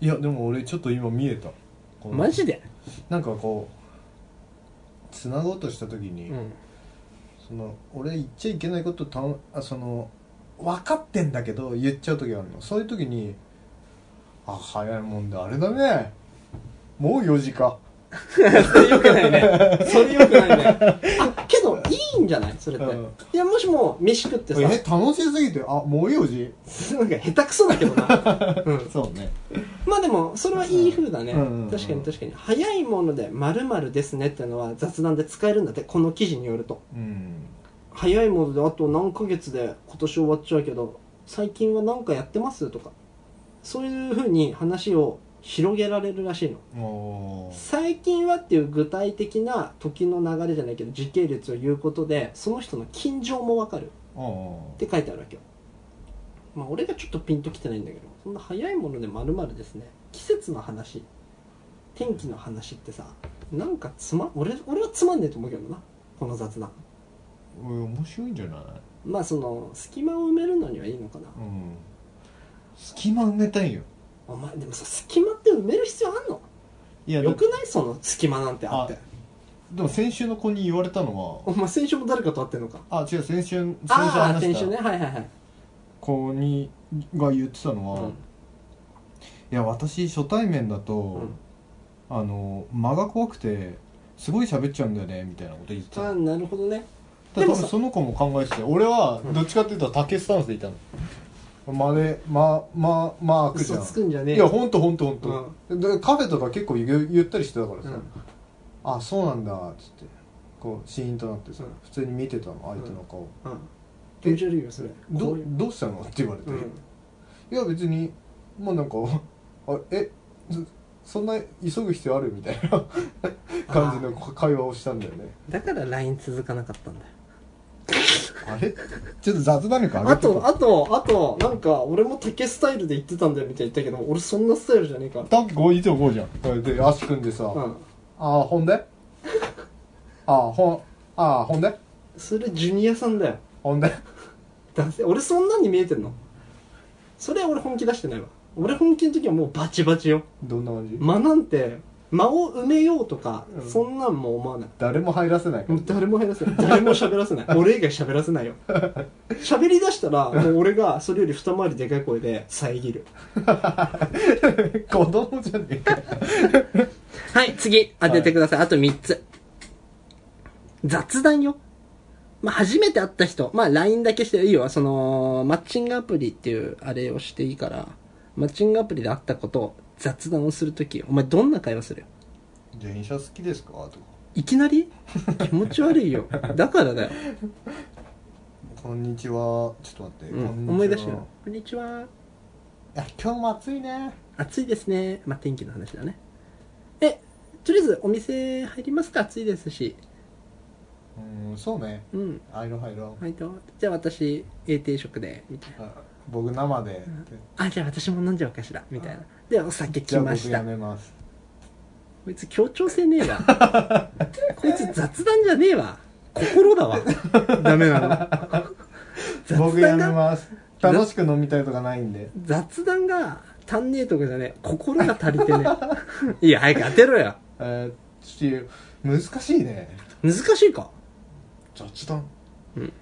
A: いやでも俺ちょっと今見えたこの
B: マジで
A: なんかこうつなごうとした時に、
B: うん
A: その俺言っちゃいけないことたのあその分かってんだけど言っちゃう時あるのそういう時にあ早いもんであれだねもう4時か
B: それ良くないね。それ良くないね。あ、けど、いいんじゃないそれって。
A: うん
B: いや、もしも、飯食って
A: え
B: さ、
A: 楽しすぎてあもう4時
B: なんか下手くそだけどな。うん。
A: そうね
B: まあでも、それはいい風だね。
A: うんうんうん
B: 確かに確かに。早いもので、〇〇ですねってのは雑談で使えるんだって、この記事によると。
A: うん
B: 早いもので、あと何ヶ月で今年終わっちゃうけど、最近は何かやってますとか。そういう風に話を広げられるらしいの。
A: おー
B: 最近はっていう具体的な時の流れじゃないけど時系列を言うことでその人の近情もわかるっ
A: お
B: て書いてあるわけよまあ俺がちょっとピンときてないんだけどそんな早いものでまるまるですね季節の話天気の話ってさなんかつま俺俺はつまんねえと思うけどなこの雑談
A: ーうん面白いんじゃない、
B: まあその隙間を埋めるのにはいいのかな
A: うん、隙間埋めたいよ
B: お前でもさ隙間って埋める必要あんの
A: いや
B: よくないその隙間なんてあって
A: あでも先週の子に言われたの
B: お前先週も誰かと会ってんのか
A: はあ違う先週先週
B: ああー
A: 話
B: 先
A: し
B: 週
A: た
B: ねはいはいはい
A: 子にが言ってたのは、
B: うん
A: いや私初対面だと、あの間が怖くてすごい喋っちゃうんだよねみたいなこと言ってた
B: ああ
A: だか
B: なるほどね
A: ら
B: でも
A: 多
B: さ
A: 分その子も考えてて俺は
B: うん
A: どっちかっていうと竹スタンスでいたの、までまままあくじ
B: 嘘
A: ゃん
B: つくんじゃねえ
A: いやほんとほんとほんと、でカフェとか結構ゆゆったりしてたから
B: う
A: さ、
B: ん
A: あそうなんだっつってこうシーンとなってさ、
B: うん
A: 普通に見てたの相手の顔、
B: うん
A: で
B: 気持ち悪いよそれ
A: ど
B: こういう
A: どうしたのって言われて、
B: うん
A: いや別にもうなんかあえそそんな急ぐ必要あるみたいな感じの会話をしたんだよね
B: だから LINE 続かなかったんだよ
A: あれちょっと雑談力上
B: あ
A: げて
B: とあとあとなんか俺も竹スタイルで言ってたんだよみたいに言ったけど俺そんなスタイルじゃねえから
A: たこういつもこうじゃんこうやって足組んでさ、
B: う
A: あ
B: ん
A: あほんでああほんああほんで
B: それジュニアさんだよ
A: ほんで
B: だって俺そんなんに見えてんのそれ俺本気出してないわ俺本気の時はもうバチバチよ
A: どんな感じ、
B: 間なんて間を埋めようとか
A: うん
B: そんなんも思わない
A: 誰も入らせないから、
B: 誰も減らせない誰も喋らせ ない俺以外喋らせないよ喋りだしたらもう俺がそれより二回りでかい声で遮る
A: 子供じゃねえか
B: はい次当ててください、あと3つ雑談よまあ初めて会った人まあ LINE だけしていいよそのマッチングアプリっていうあれをしていいからマッチングアプリで会ったことを雑談をするときお前どんな会話するよ
A: 電車好きですかとか
B: いきなり気持ち悪いよだからだよ、
A: こんにちはちょっと待って、
B: うん
A: こんにちは
B: 思い出してよこんにちはい
A: や今日も暑いね
B: 暑いですねまあ天気の話だねえとりあえずお店入りますか暑いですし
A: うんそうね
B: うん
A: 入ろう入ろ
B: はいとじゃあ私 A 定食でみたいな
A: うあ僕生でって
B: あじゃあ私も飲んじゃおうかしらみたいなでお酒
A: じ
B: 来
A: ゃあ
B: ま
A: 僕
B: し
A: や
B: た
A: めます
B: こいつ協調性ねえわ こいつ雑談じゃねえわ心 だわダメなの雑
A: 僕や
B: 談
A: め
B: が
A: ます楽しく飲みたいとかないんで
B: 雑談が足んねえとかじゃねえ心が足りてねえ いや早く当てろよ
A: えー、ちょっと難しいね
B: 難しいか
A: 雑談
B: うん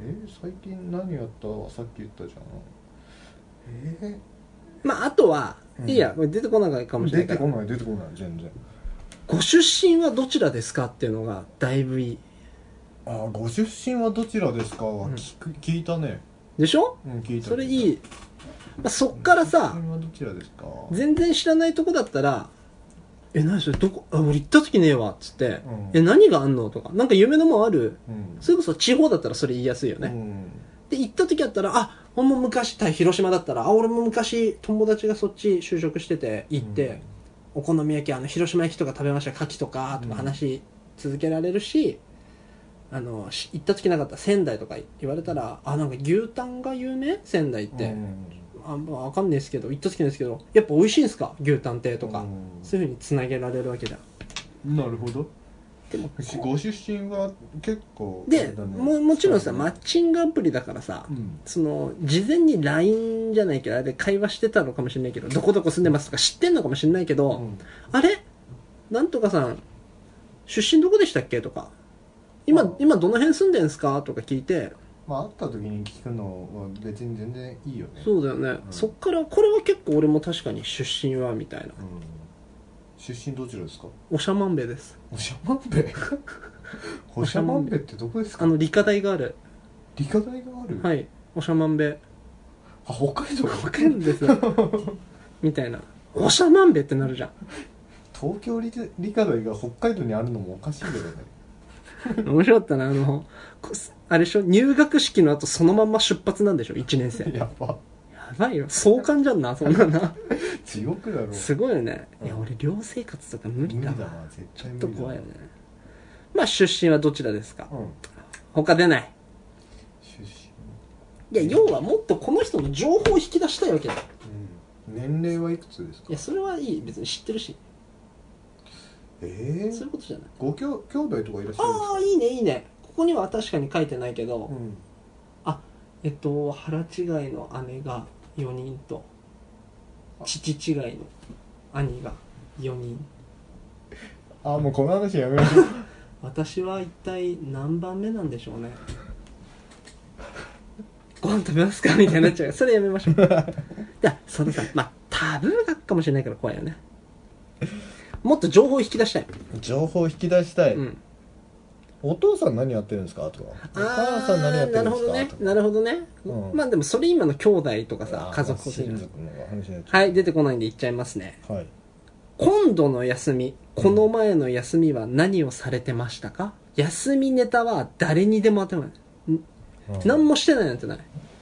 A: えー最近何やったさっき言ったじゃんえ
B: まああとは、
A: うん
B: いいや出てこないか
A: ー
B: もしれな
A: 出
B: いか
A: て
B: ら
A: こない出てこない全然
B: ご出身はどちらですかっていうのがだいぶいい
A: あーご出身はどちらですかは聞く、聞いたね
B: でしょ
A: うん聞いた
B: それ
A: い
B: いい、まあ、そっからさ
A: はどちらですか
B: 全然知らないとこだったら「え何それどこあ俺行った時ねえわ」っつって
A: うん
B: 「え何があんの?」とか「なんか夢のもんある?
A: うん」
B: それこそ地方だったらそれ言いやすいよ
A: う
B: ね、
A: ん
B: で行った時だったら「あほんま昔対広島だったらあ俺も昔友達がそっち就職してて行って、お好み焼きあの広島焼きとか食べました牡蠣とか」とか話し続けられるし、あのし行った時なかったら仙台とか言われたら「あなんか牛タンが有名仙台っ
A: うん
B: て、
A: うん
B: あんま分かんないですけど行った時なんですけどやっぱ美味しいんすか牛タンって」とか、
A: うん
B: そういうふうにつなげられるわけじゃん
A: なるほど
B: でも
A: ご出身は結構あ
B: で、
A: れだね
B: ももちろん
A: そ
B: さ
A: う
B: マ
A: だ
B: ッ
A: ね
B: チングアプリだからさ、
A: うん
B: その事前に LINE じゃないけどあれで会話してたのかもしれないけどどこどこ住んでますとか知ってんのかもしれないけど、
A: うん
B: あれなんとかさん出身どこでしたっけとか今、
A: うん
B: 今どの辺住んでんすかとか聞いて
A: まあ会った時に聞くのは別に全然いいよね
B: そうだよね、
A: ん
B: そっからこれは結構俺も確かに出身はみたいな
A: うん出身どちらですか
B: おしゃまんべです
A: おしゃまん べおしゃまんべってどこです
B: あ
A: か
B: の理科大がある
A: 理科大がある、
B: はいおしゃまんべ
A: あ北海道
B: わかるんですよみたいなおしゃまんべってなるじゃん
A: 東京理理科大が北海道にあるのもおかしいけどね
B: 面白かったなあのこあれでしょ入学式の後そのまんま出発なんでしょ1年生や
A: やば
B: ばいよ壮観じゃんなそんなな
A: 地獄だろ
B: すごいよねいや
A: うん
B: 俺寮生活とか無
A: 無
B: 理
A: 理
B: だ
A: だ
B: わ
A: な絶
B: ちょ
A: 対無
B: っ
A: 理
B: と
A: だ
B: 怖いよねまあ出身はどちらですか
A: うん
B: 他出ない
A: 出
B: いや要はもっとこの人の情報を引き出したいわけだい
A: 身、うん、年齢はいくつですか
B: やそれはいい別に知ってるし
A: ええ
B: そういうことじゃない
A: ごきょ兄弟とかいらっしゃるんです
B: ああいいねいいねここには確かに書いてないけど、
A: かうん
B: えっと腹違いの姉が4人と父違いの兄が4人
A: あもうこの話やめましょう
B: 私は一体何番目なんでしょうねご飯食べますかみたいになっちゃ うそれやめましょういやそのさまあタブー学かもしれないから怖いよねもっと情報を引き出したい、
A: 情報引き出したい、
B: うん、
A: お父さん何やってるんですかとかお母さん何やってるんですか
B: あー
A: とか
B: なるほどねなるほどね、
A: うん
B: まあでもそれ今の兄弟とかさ
A: あー
B: 家族構成
A: 親族の話になっちゃう
B: はい出てこないんで言っちゃいますね
A: はい
B: 今度の休みこの前の休みは何をされてましたか休みネタは誰にでも当てはまらないん
A: うん
B: 何もしてないなんてない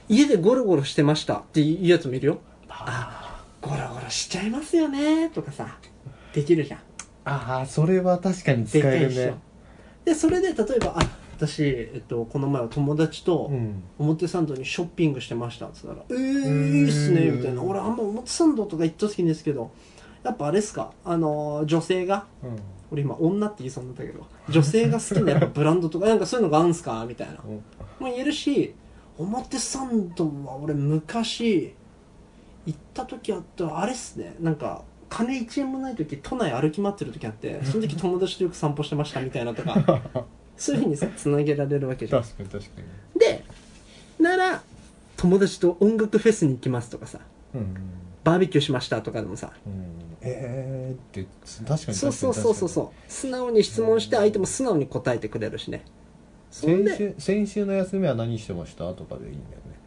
B: 家でゴロゴロしてましたっていうやつもいるよあーゴロゴロしちゃいますよねとかさできるじゃん
A: ああそれは確かに使
B: でか
A: え
B: い
A: る
B: でしょ
A: ね
B: でそれで例えばあ私、えっと、この前は友達と、
A: うん
B: 表参道にショッピングしてましたっつったら「えー、いいっすね」みたいな「俺あんま表参道とか行った好きですけどやっぱあれっすかあのー女性が
A: うん
B: 俺今女って言いそうになったけど女性が好きなやっぱブランドとかなんかそういうのがあるんすかみたいなもう言えるし表参道は俺昔行った時あったあれっすねなんか金1円もない時都内歩き回ってる時あってその時友達とよく散歩してましたみたいなと かそういうふうにさつなげられるわけじゃん
A: 確かに確かに
B: でなら友達と音楽フェスに行きますとかさ
A: うん
B: バーベキューしましたとかでもさ
A: うんええー、って確かに確かに
B: そうそうそうそう
A: う
B: そう素直に質問して相手も素直に答えてくれるしねそ
A: 先
B: ん
A: 週
B: で、
A: 先週の休みは何してましたとかでいいんだよね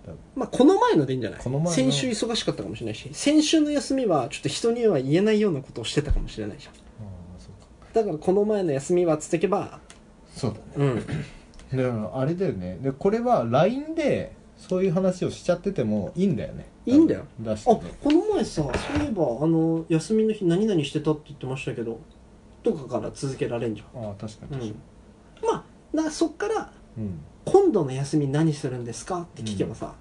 A: 多分
B: まあ、この前のでいいんじゃない
A: この前の
B: 先週忙しかったかもしれないし先週の休みはちょっと人には言えないようなことをしてたかもしれないじゃん
A: ああそうか
B: だからこの前の休みはつってけば
A: そうだね
B: うん
A: だからあれだよねでこれは LINE でそういう話をしちゃっててもいいんだよね
B: いいんだよ
A: 出
B: あ
A: して
B: こ
A: ね
B: の前さそういえばあの休みの日何々してたって言ってましたけどとかから続けられんじゃ
A: ああ確かに
B: ん、う
A: 確かに、
B: んまあなそっから
A: うん、
B: 今度の休み何するんですかって聞けばさ、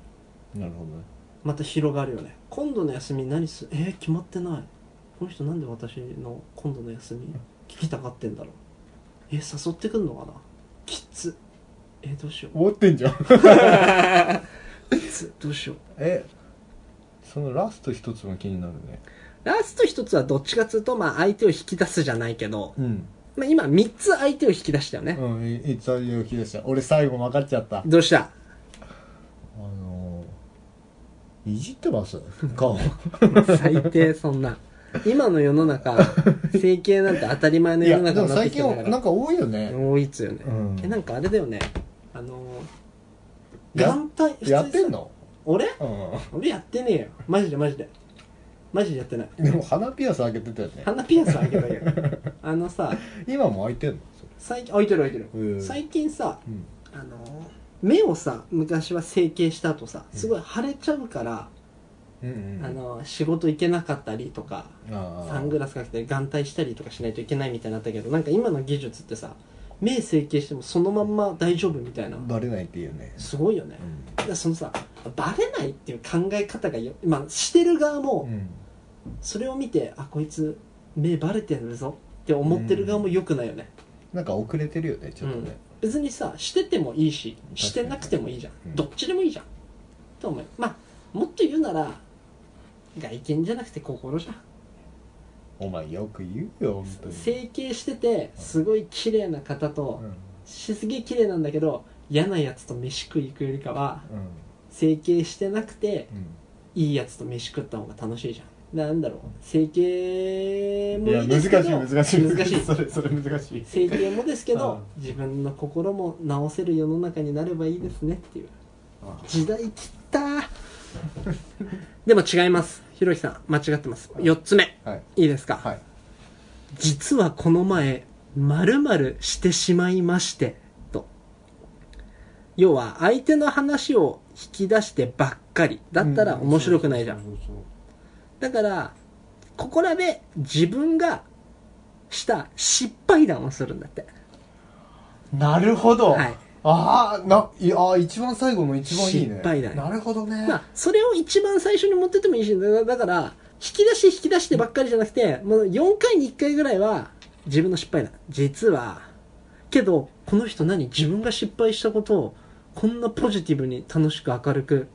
A: なるほどね
B: また広がるよね今度の休み何するえー、決まってないこの人なんで私の今度の休み聞きたがってんだろうえー、誘ってくんのかなきつえー、どうしよ
A: 思ってんじゃん
B: うきつどうしよう
A: えそのラスト一つも気になるね
B: ラスト一つはどっちかっつうと、まあ、相手を引き出すじゃないけど、
A: うん
B: まあ、今3つ相手を引き出したよね、
A: うんいいつあれを気出した俺最後分かっちゃったあ
B: どうした
A: のー、いじって ます顔
B: 最低そんな今の世の 中整形なんて当たり前の
A: いや
B: 世の
A: で
B: 中
A: も
B: になって
A: 最
B: きて
A: 近
B: るから
A: なんか多いよね、
B: 多いっつよね、
A: うん
B: えなんかあれだよねあのー、
A: や
B: 眼帯普通にさ
A: やってんの
B: 俺
A: う
B: 俺やってねえよマジでマジでマジでやってない
A: んでも鼻ピアス開けてたよね
B: 鼻ピアス開けた けどあのさ
A: 今も開いてんのそ
B: 最近開いてる開いて
A: れ
B: る最近さ
A: うん
B: あのー目をさ昔は整形した後さすごい腫れちゃうから、
A: うんうん
B: あのー仕事行けなかったりとか
A: あー
B: サングラスかけたり眼帯したりとかしないといけないみたいになったけどなんか今の技術ってさ目整形してもそのまんま大丈夫みたいな
A: バレないっていうね
B: すごいよね
A: うん
B: いやそのさバレないっていう考え方がよ、まあ、してる側
A: う
B: も
A: ん
B: それを見て、あこいつ目バレてるぞって思ってる側も良くないよね、
A: なんか遅れてるよねちょっとね、
B: 別にさしててもいいししてなくてもいいじゃん、
A: うん
B: どっちでもいいじゃんと思うまあもっと言うなら外見じゃなくて心じゃん
A: お前よく言うよ本当に
B: 整形しててすごい綺麗な方と
A: うん、うん、
B: すげえ綺麗なんだけど嫌なやつと飯食い行くよりかは整形してなくていいやつと飯食った方が楽しいじゃんなんだろう整形
A: うん
B: も
A: いや
B: いいで
A: 難
B: す
A: しい
B: けど
A: 難しい
B: 難 しい
A: それそれ難しい
B: 整形もですけど
A: う
B: 自分の心も直せる世の中になればいいですねっていう
A: あ
B: 時代切ったーでも違いますひろきさん間違ってます4つ目
A: はい
B: いいですか、
A: はい
B: 実はこの前〇〇してしまいましてと要は相手の話を引き出してばっかりだったら面白くないじゃん、
A: うそうそう
B: だからここらで自分がした失敗談をするんだって
A: そうなるほど、
B: はい
A: ああないやあー一番最後の一番いいね
B: 失敗談
A: なるほどね、
B: まあ、それを一番最初に持ってってもいいし、だだから、引き出し引き出してばっかりじゃなくて、もう4回に1回ぐらいは、自分の失敗だ。実は、けど、この人何自分が失敗したことを、こんなポジティブに楽しく明るく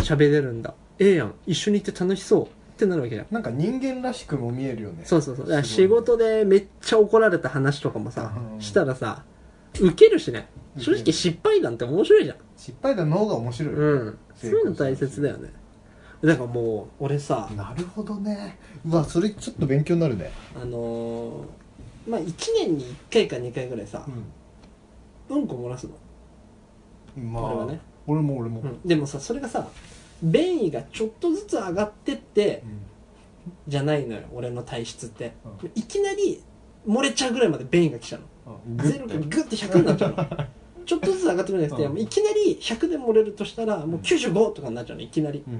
B: 喋れるんだ。ええやん。一緒にいて楽しそう。ってなるわけじゃん。
A: なんか人間らしくも見えるよね
B: そうそうそう。だから
A: すご
B: 仕
A: い
B: 事でめっちゃ怒られた話とかもさ
A: う、ん
B: したらさ、受けるしね。正
A: ウケ
B: 直
A: る
B: 失敗談って面白いじゃん。
A: 失敗談の方が面白い、
B: うん。そういうの大切だよね。だからもう、俺さ、
A: なるほどねうわそれちょっと勉強になるね
B: あのーまあ1年に1回か2回ぐらいさ、うん、こ漏らすの、
A: まあ
B: 俺はね
A: 俺も俺も、
B: うんでもさそれがさ便意がちょっとずつ上がってってじゃないのよ俺の体質って、
A: う
B: いきなり漏れちゃうぐらいまで便意が来ちゃう
A: うん
B: のゼロがグッて100になっちゃう のちょっとずつ上がってくるんじゃなくて、
A: うん
B: もういきなり100で漏れるとしたらもう95とかになっちゃうのいきなり
A: うん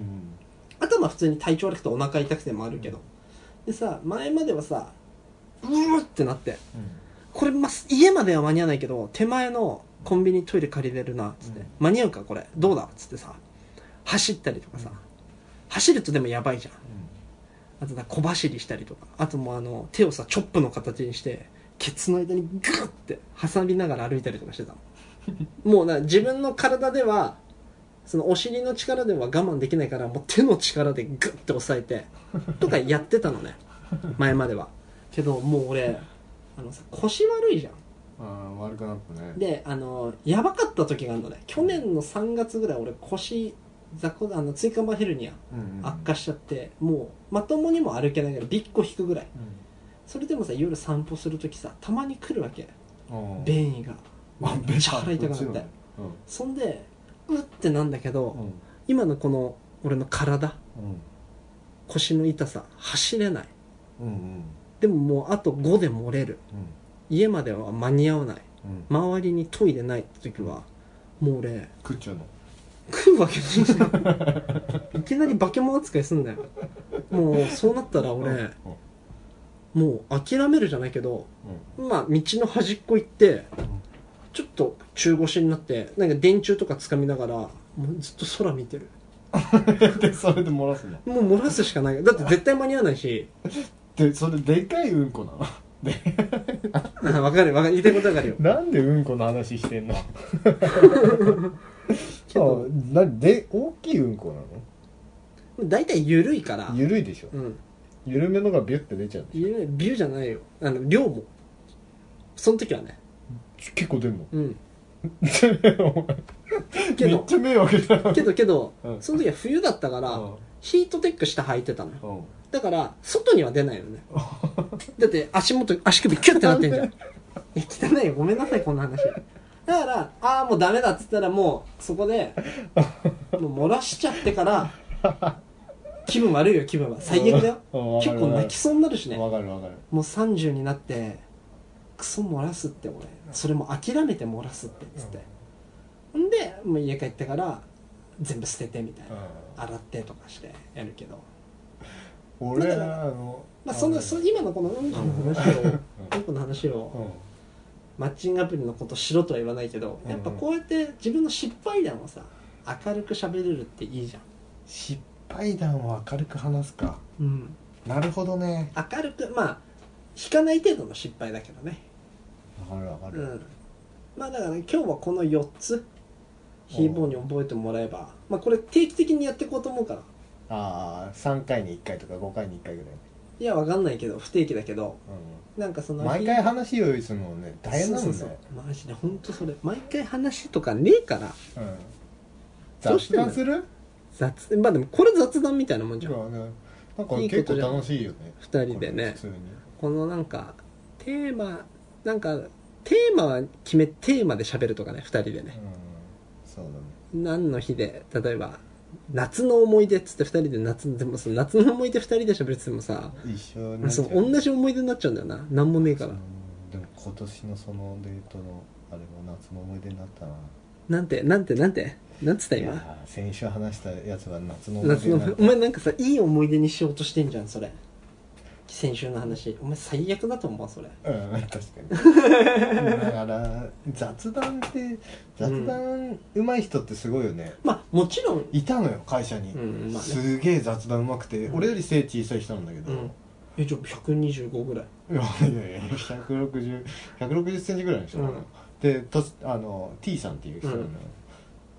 B: あとはまあ普通に体調悪くてお腹痛くてもあるけど、でさ前まではさうーってなってこれ、まあ、家までは間に合わないけど手前のコンビニトイレ借りれるなっつって、
A: うん
B: 間に合うかこれどうだっつってさ走ったりとかさ、走るとでもやばいじゃんあとだ小走りしたりとかあともうあの手をさチョップの形にしてケツの間にグッて挟みながら歩いたりとかしてたのもうな自分の体ではそのお尻の力では我慢できないからもう手の力でグッて押さえてとかやってたのね前まではけどもう俺あのさ腰悪いじゃん
A: あー悪くなったね
B: であのやばかった時があるのね去年の3月ぐらい俺腰雑魚あの椎間板ヘルニア
A: うんうんうん
B: 悪化しちゃってもうまともにも歩けないからびっこ引くぐらいそれでもさ夜散歩する時さたまに来るわけ
A: うんうん
B: 便意が
A: あ
B: めっちゃ腹痛くなっ
A: こ
B: て
A: ちのね
B: そんでうってなんだけ
A: うん
B: ど今のこの俺の体
A: うん
B: 腰の痛さ走れない
A: うんうん
B: でももうあと5で漏れる家までは間に合わない
A: うんうん
B: 周りにトイレないって時はもう俺
A: 食っちゃうの
B: 食うわけないいきなり化け物扱いすんだよもうそうなったら
A: うん
B: 俺もう諦めるじゃないけど
A: うん
B: まあ道の端っこ行って
A: ん
B: ちょっと中腰になってなんか電柱とか掴みながらもうずっと空見てる
A: でそれで漏らすの
B: もう漏らすしかないだって絶対間に合わないし
A: でそれでかいうんこなの
B: あわかるわかる言いたいことわかるよ
A: なんでうんこの話してんのあ
B: けど
A: なで大きいうんこなの
B: 大体緩いから
A: ゆるいでしょ
B: うん
A: 緩めのがビュッて出ちゃう
B: 緩いビューじゃないよあの量もその時はね
A: 結構出んの
B: うん
A: お
B: け
A: 前め
B: ど
A: っちゃ迷惑だ
B: けどけど、
A: うん
B: その時は冬だったから、
A: うん
B: ヒートテック下履いてたのよ
A: うん
B: だから外には出ないよねだって足元足首キュッてなってんじゃんいや 汚いよごめんなさいこんな話だからああもうダメだっつったらもうそこでもう漏らしちゃってから気分悪いよ気分は最悪だよ
A: うん
B: 結構泣きそうになるしねも
A: わかるわかる
B: う30になってクソ漏らすって俺それも諦めて漏らすってっつってんでもう家帰ってから全部捨ててみたいな洗ってとかしてやるけど
A: 俺あの
B: まあ、その
A: の
B: そ今のこのうんこの話をうんこの話
A: う
B: を
A: ん
B: マッチングアプリのことしろとは言わないけどやっぱこうやって自分の失敗談をさ明るく喋れるっていいじゃん、
A: 失敗談を明るく話すか
B: うん、
A: なるほどね
B: 明るくまあ引かない程度の失敗だけどね
A: かるわか
B: う
A: る、
B: ん、まあだから、ね、今日はこの4つひーぼーに覚えてもらえば、まあ、これ定期的にやっていこうと思うから
A: ああ3回に1回とか5回に1回ぐらいね、
B: いやわかんないけど不定期だけど
A: う
B: なんかそ
A: ん、
B: の
A: 毎回話用意するのもね大変なんだよ
B: そうそうそうマジで本当それ毎回話とかねえから
A: うん
B: どうし
A: 雑
B: てんの
A: 談する
B: 雑まあでもこれ雑談みたいなもんじゃん
A: 今日はねなんか
B: いい
A: 結
B: こと
A: 構
B: じゃん
A: 楽しいよね
B: 2人で
A: これ
B: ね
A: 普通に
B: このなんかテーマなんかテーマは決めテーマで喋るとかね2人で
A: うん
B: ね
A: そうだね
B: 何の日で例えば夏の思い出っつって2人で夏でもその夏の思い出2人で喋るっつってもさ
A: 一緒に
B: まあそう同じ思い出になっちゃうんだよな何もねえから
A: うんでも今年のそのデートのあれも夏の思い出になったな
B: なんてなんてなんてなんつった
A: い
B: 今
A: やー先週話したやつは夏の思い
B: 夏
A: 出にな
B: の
A: っ
B: お
A: た
B: 前なんかさいい思い出にしようとしてんじゃんそれ先週の話お前最悪だと思うそれ
A: うん確かにだから雑談って雑談上手い人ってすごいよね、
B: まあもちろん
A: いたのよ会社に、
B: うんまあね
A: すげえ雑談上手くて、
B: うん
A: 俺より背小さい人なんだけど、
B: うんえじゃあ125ぐらい
A: いやいやいや160 160センチぐらいの人かな、
B: うん
A: でとあの T さんっていう人なのよ、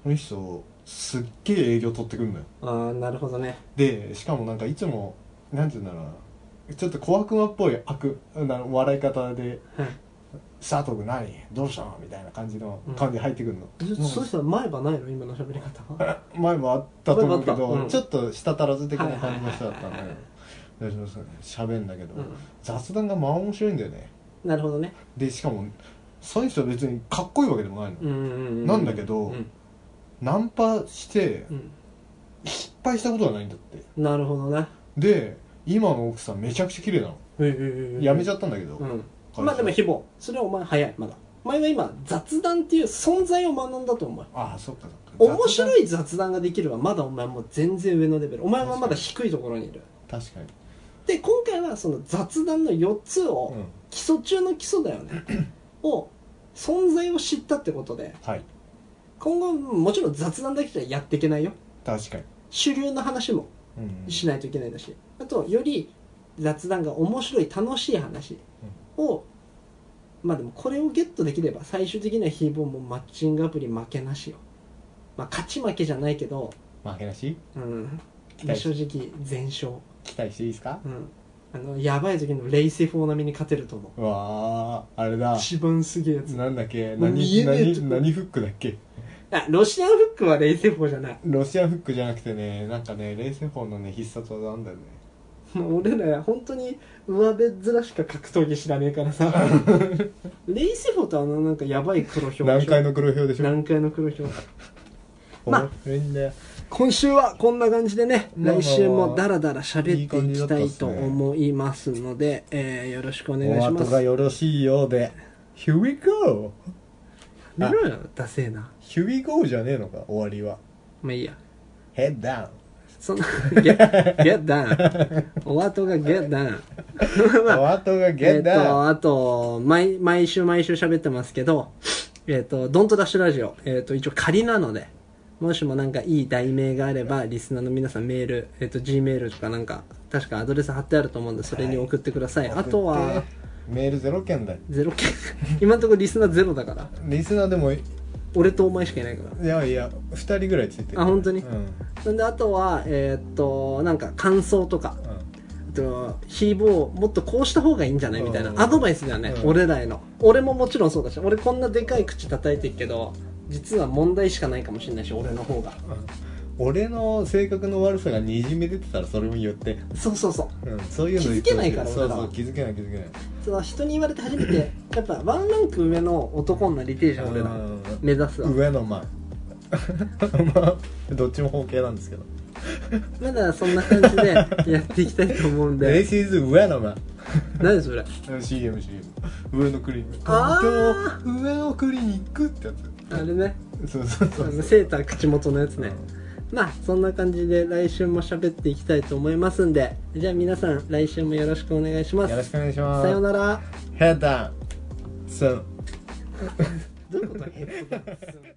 A: この人すっげえ営業取ってくんのよ
B: ああなるほどね
A: でしかもなんかいつもなんて言うんだろうなちょっと小悪魔っぽい悪な笑い方で
B: はい
A: 「佐藤君何どうしたの?」みたいな感じの
B: うん
A: 感じで入ってくるの、
B: え
A: もう
B: そしたら前歯ないの今の喋り方は
A: 前もあったと思うけ
B: 前
A: ど、
B: もあったうん
A: ちょっと舌足らず的な感じの人だったんだ
B: はいはい
A: よ
B: はい
A: 大丈夫です喋んだけど、
B: うん
A: 雑談がまあ面白いんだよね
B: なるほどね
A: でしかもその人は別にかっこいいわけでもないの、
B: うんうんうん
A: なんだけど
B: うん
A: ナンパして
B: うん
A: 失敗したことはないんだって
B: なるほどな
A: で今の奥さんめちゃくちゃ綺麗なの辞めち
B: ゃ
A: ゃったんだけど、
B: うんまあでもひぼそれはお前早いまだお前は今雑談っていう存在を学んだと思う
A: ああそっかそっか
B: 面白
A: い
B: い雑談ができるはまだお前もう全然上のレベルお前はまだ低いところにいる
A: 確かに
B: で今回はその雑談の4つを、
A: うん
B: 基礎中の基礎だ よねを存在を知ったってことで
A: はい
B: 今後もちろん雑談だけじゃやっていけないよ
A: 確かに
B: 主流の話も
A: うん
B: しないといけないだし、あとより雑談が面白い楽しい話を、まあでもこれをゲットできれば最終的にはヒーボーもマッチングアプリ負けなしよまあ勝ち負けじゃないけど
A: 負けなし
B: うん
A: 期待し
B: 正直全勝
A: 期待していいですか
B: うんあのやばい時のレイセフォー並みに勝てると思う
A: うわああれだ
B: 一番すげえやつ
A: なんだっけ
B: もう見
A: 何
B: えねえと
A: 何何フックだっけ
B: あロシアンフックはレイセフォーじゃない
A: ロシアンフックじゃなくてねなんかね冷戦法のね必殺技なんだよね
B: もう俺ら本当に上辺面しか格闘技知らねえからさ レイセフォーとあのなんかやばい黒ひょう
A: 南海の黒豹でしょ
B: 南海の黒ひょうまあ
A: 面白いんだよ
B: 今週はこんな感じでね
A: まあまあ
B: 来週もダラダラ喋っていきたいと思いますのでえーよろしくお願い
A: お
B: しま
A: 後が
B: す
A: よろしいようで Here we go!
B: 見ろよダセえな
A: Here we go じゃねえのか終わりは
B: まあいいや
A: Head down
B: そ んな get, get down お後が get down
A: お後が
B: えっ
A: Get
B: と、
A: down
B: あと、毎、毎週毎週喋ってますけど、えっと、ドントダッシュラジオ、えっと、一応仮なので、もしもなんかいい題名があれば、リスナーの皆さんメール、えっと、G メールとかなんか、確かアドレス貼ってあると思うんで、それに送ってください。あと
A: 送っ
B: は
A: て、メールゼロ件だよ
B: ゼロ件。 今のところリスナーゼロだから。
A: リスナーでもい
B: 俺とお前しかいないから。
A: やいや2人ぐらいついてる
B: あ本当に
A: うん、うん、
B: なんで、あとは、えっと、なんか感想とか、えっとヒーボーもっとこうした方がいいんじゃないみたいな
A: うん
B: アドバイスだよね、
A: うん
B: 俺らへの俺ももちろんそうだし俺こんなでかい口叩いてるけど実は問題しかないかもしれないし俺の方が
A: 俺の性格の悪さがにじみ出てたらそれも言って、
B: そうそうそう
A: うん、そういうの言ってほし
B: 気づけないから
A: そう
B: 俺ら
A: そ
B: は
A: う気づけない気づけない
B: その人に言われて初め てやっぱワンランク上の男になりてえじゃん俺ら
A: うん
B: 目指すは
A: 上のまあまあどっちも方形なんですけど
B: まだそんな感じで やっていきたいと思うんで
A: This is 上のまあ
B: 何それ
A: CM CM 上のクリニック
B: あー
A: 東京上のクリニックってやつ
B: あれね
A: そうそう
B: あ
A: そう
B: のセーター口元のやつね、
A: うん
B: まあそんな感じで来週も喋っていきたいと思いますんでじゃあ皆さん来週もよろしくお願いします
A: よろしくお願いします
B: さようなら
A: Head down soon
B: どういうことヘッドダンス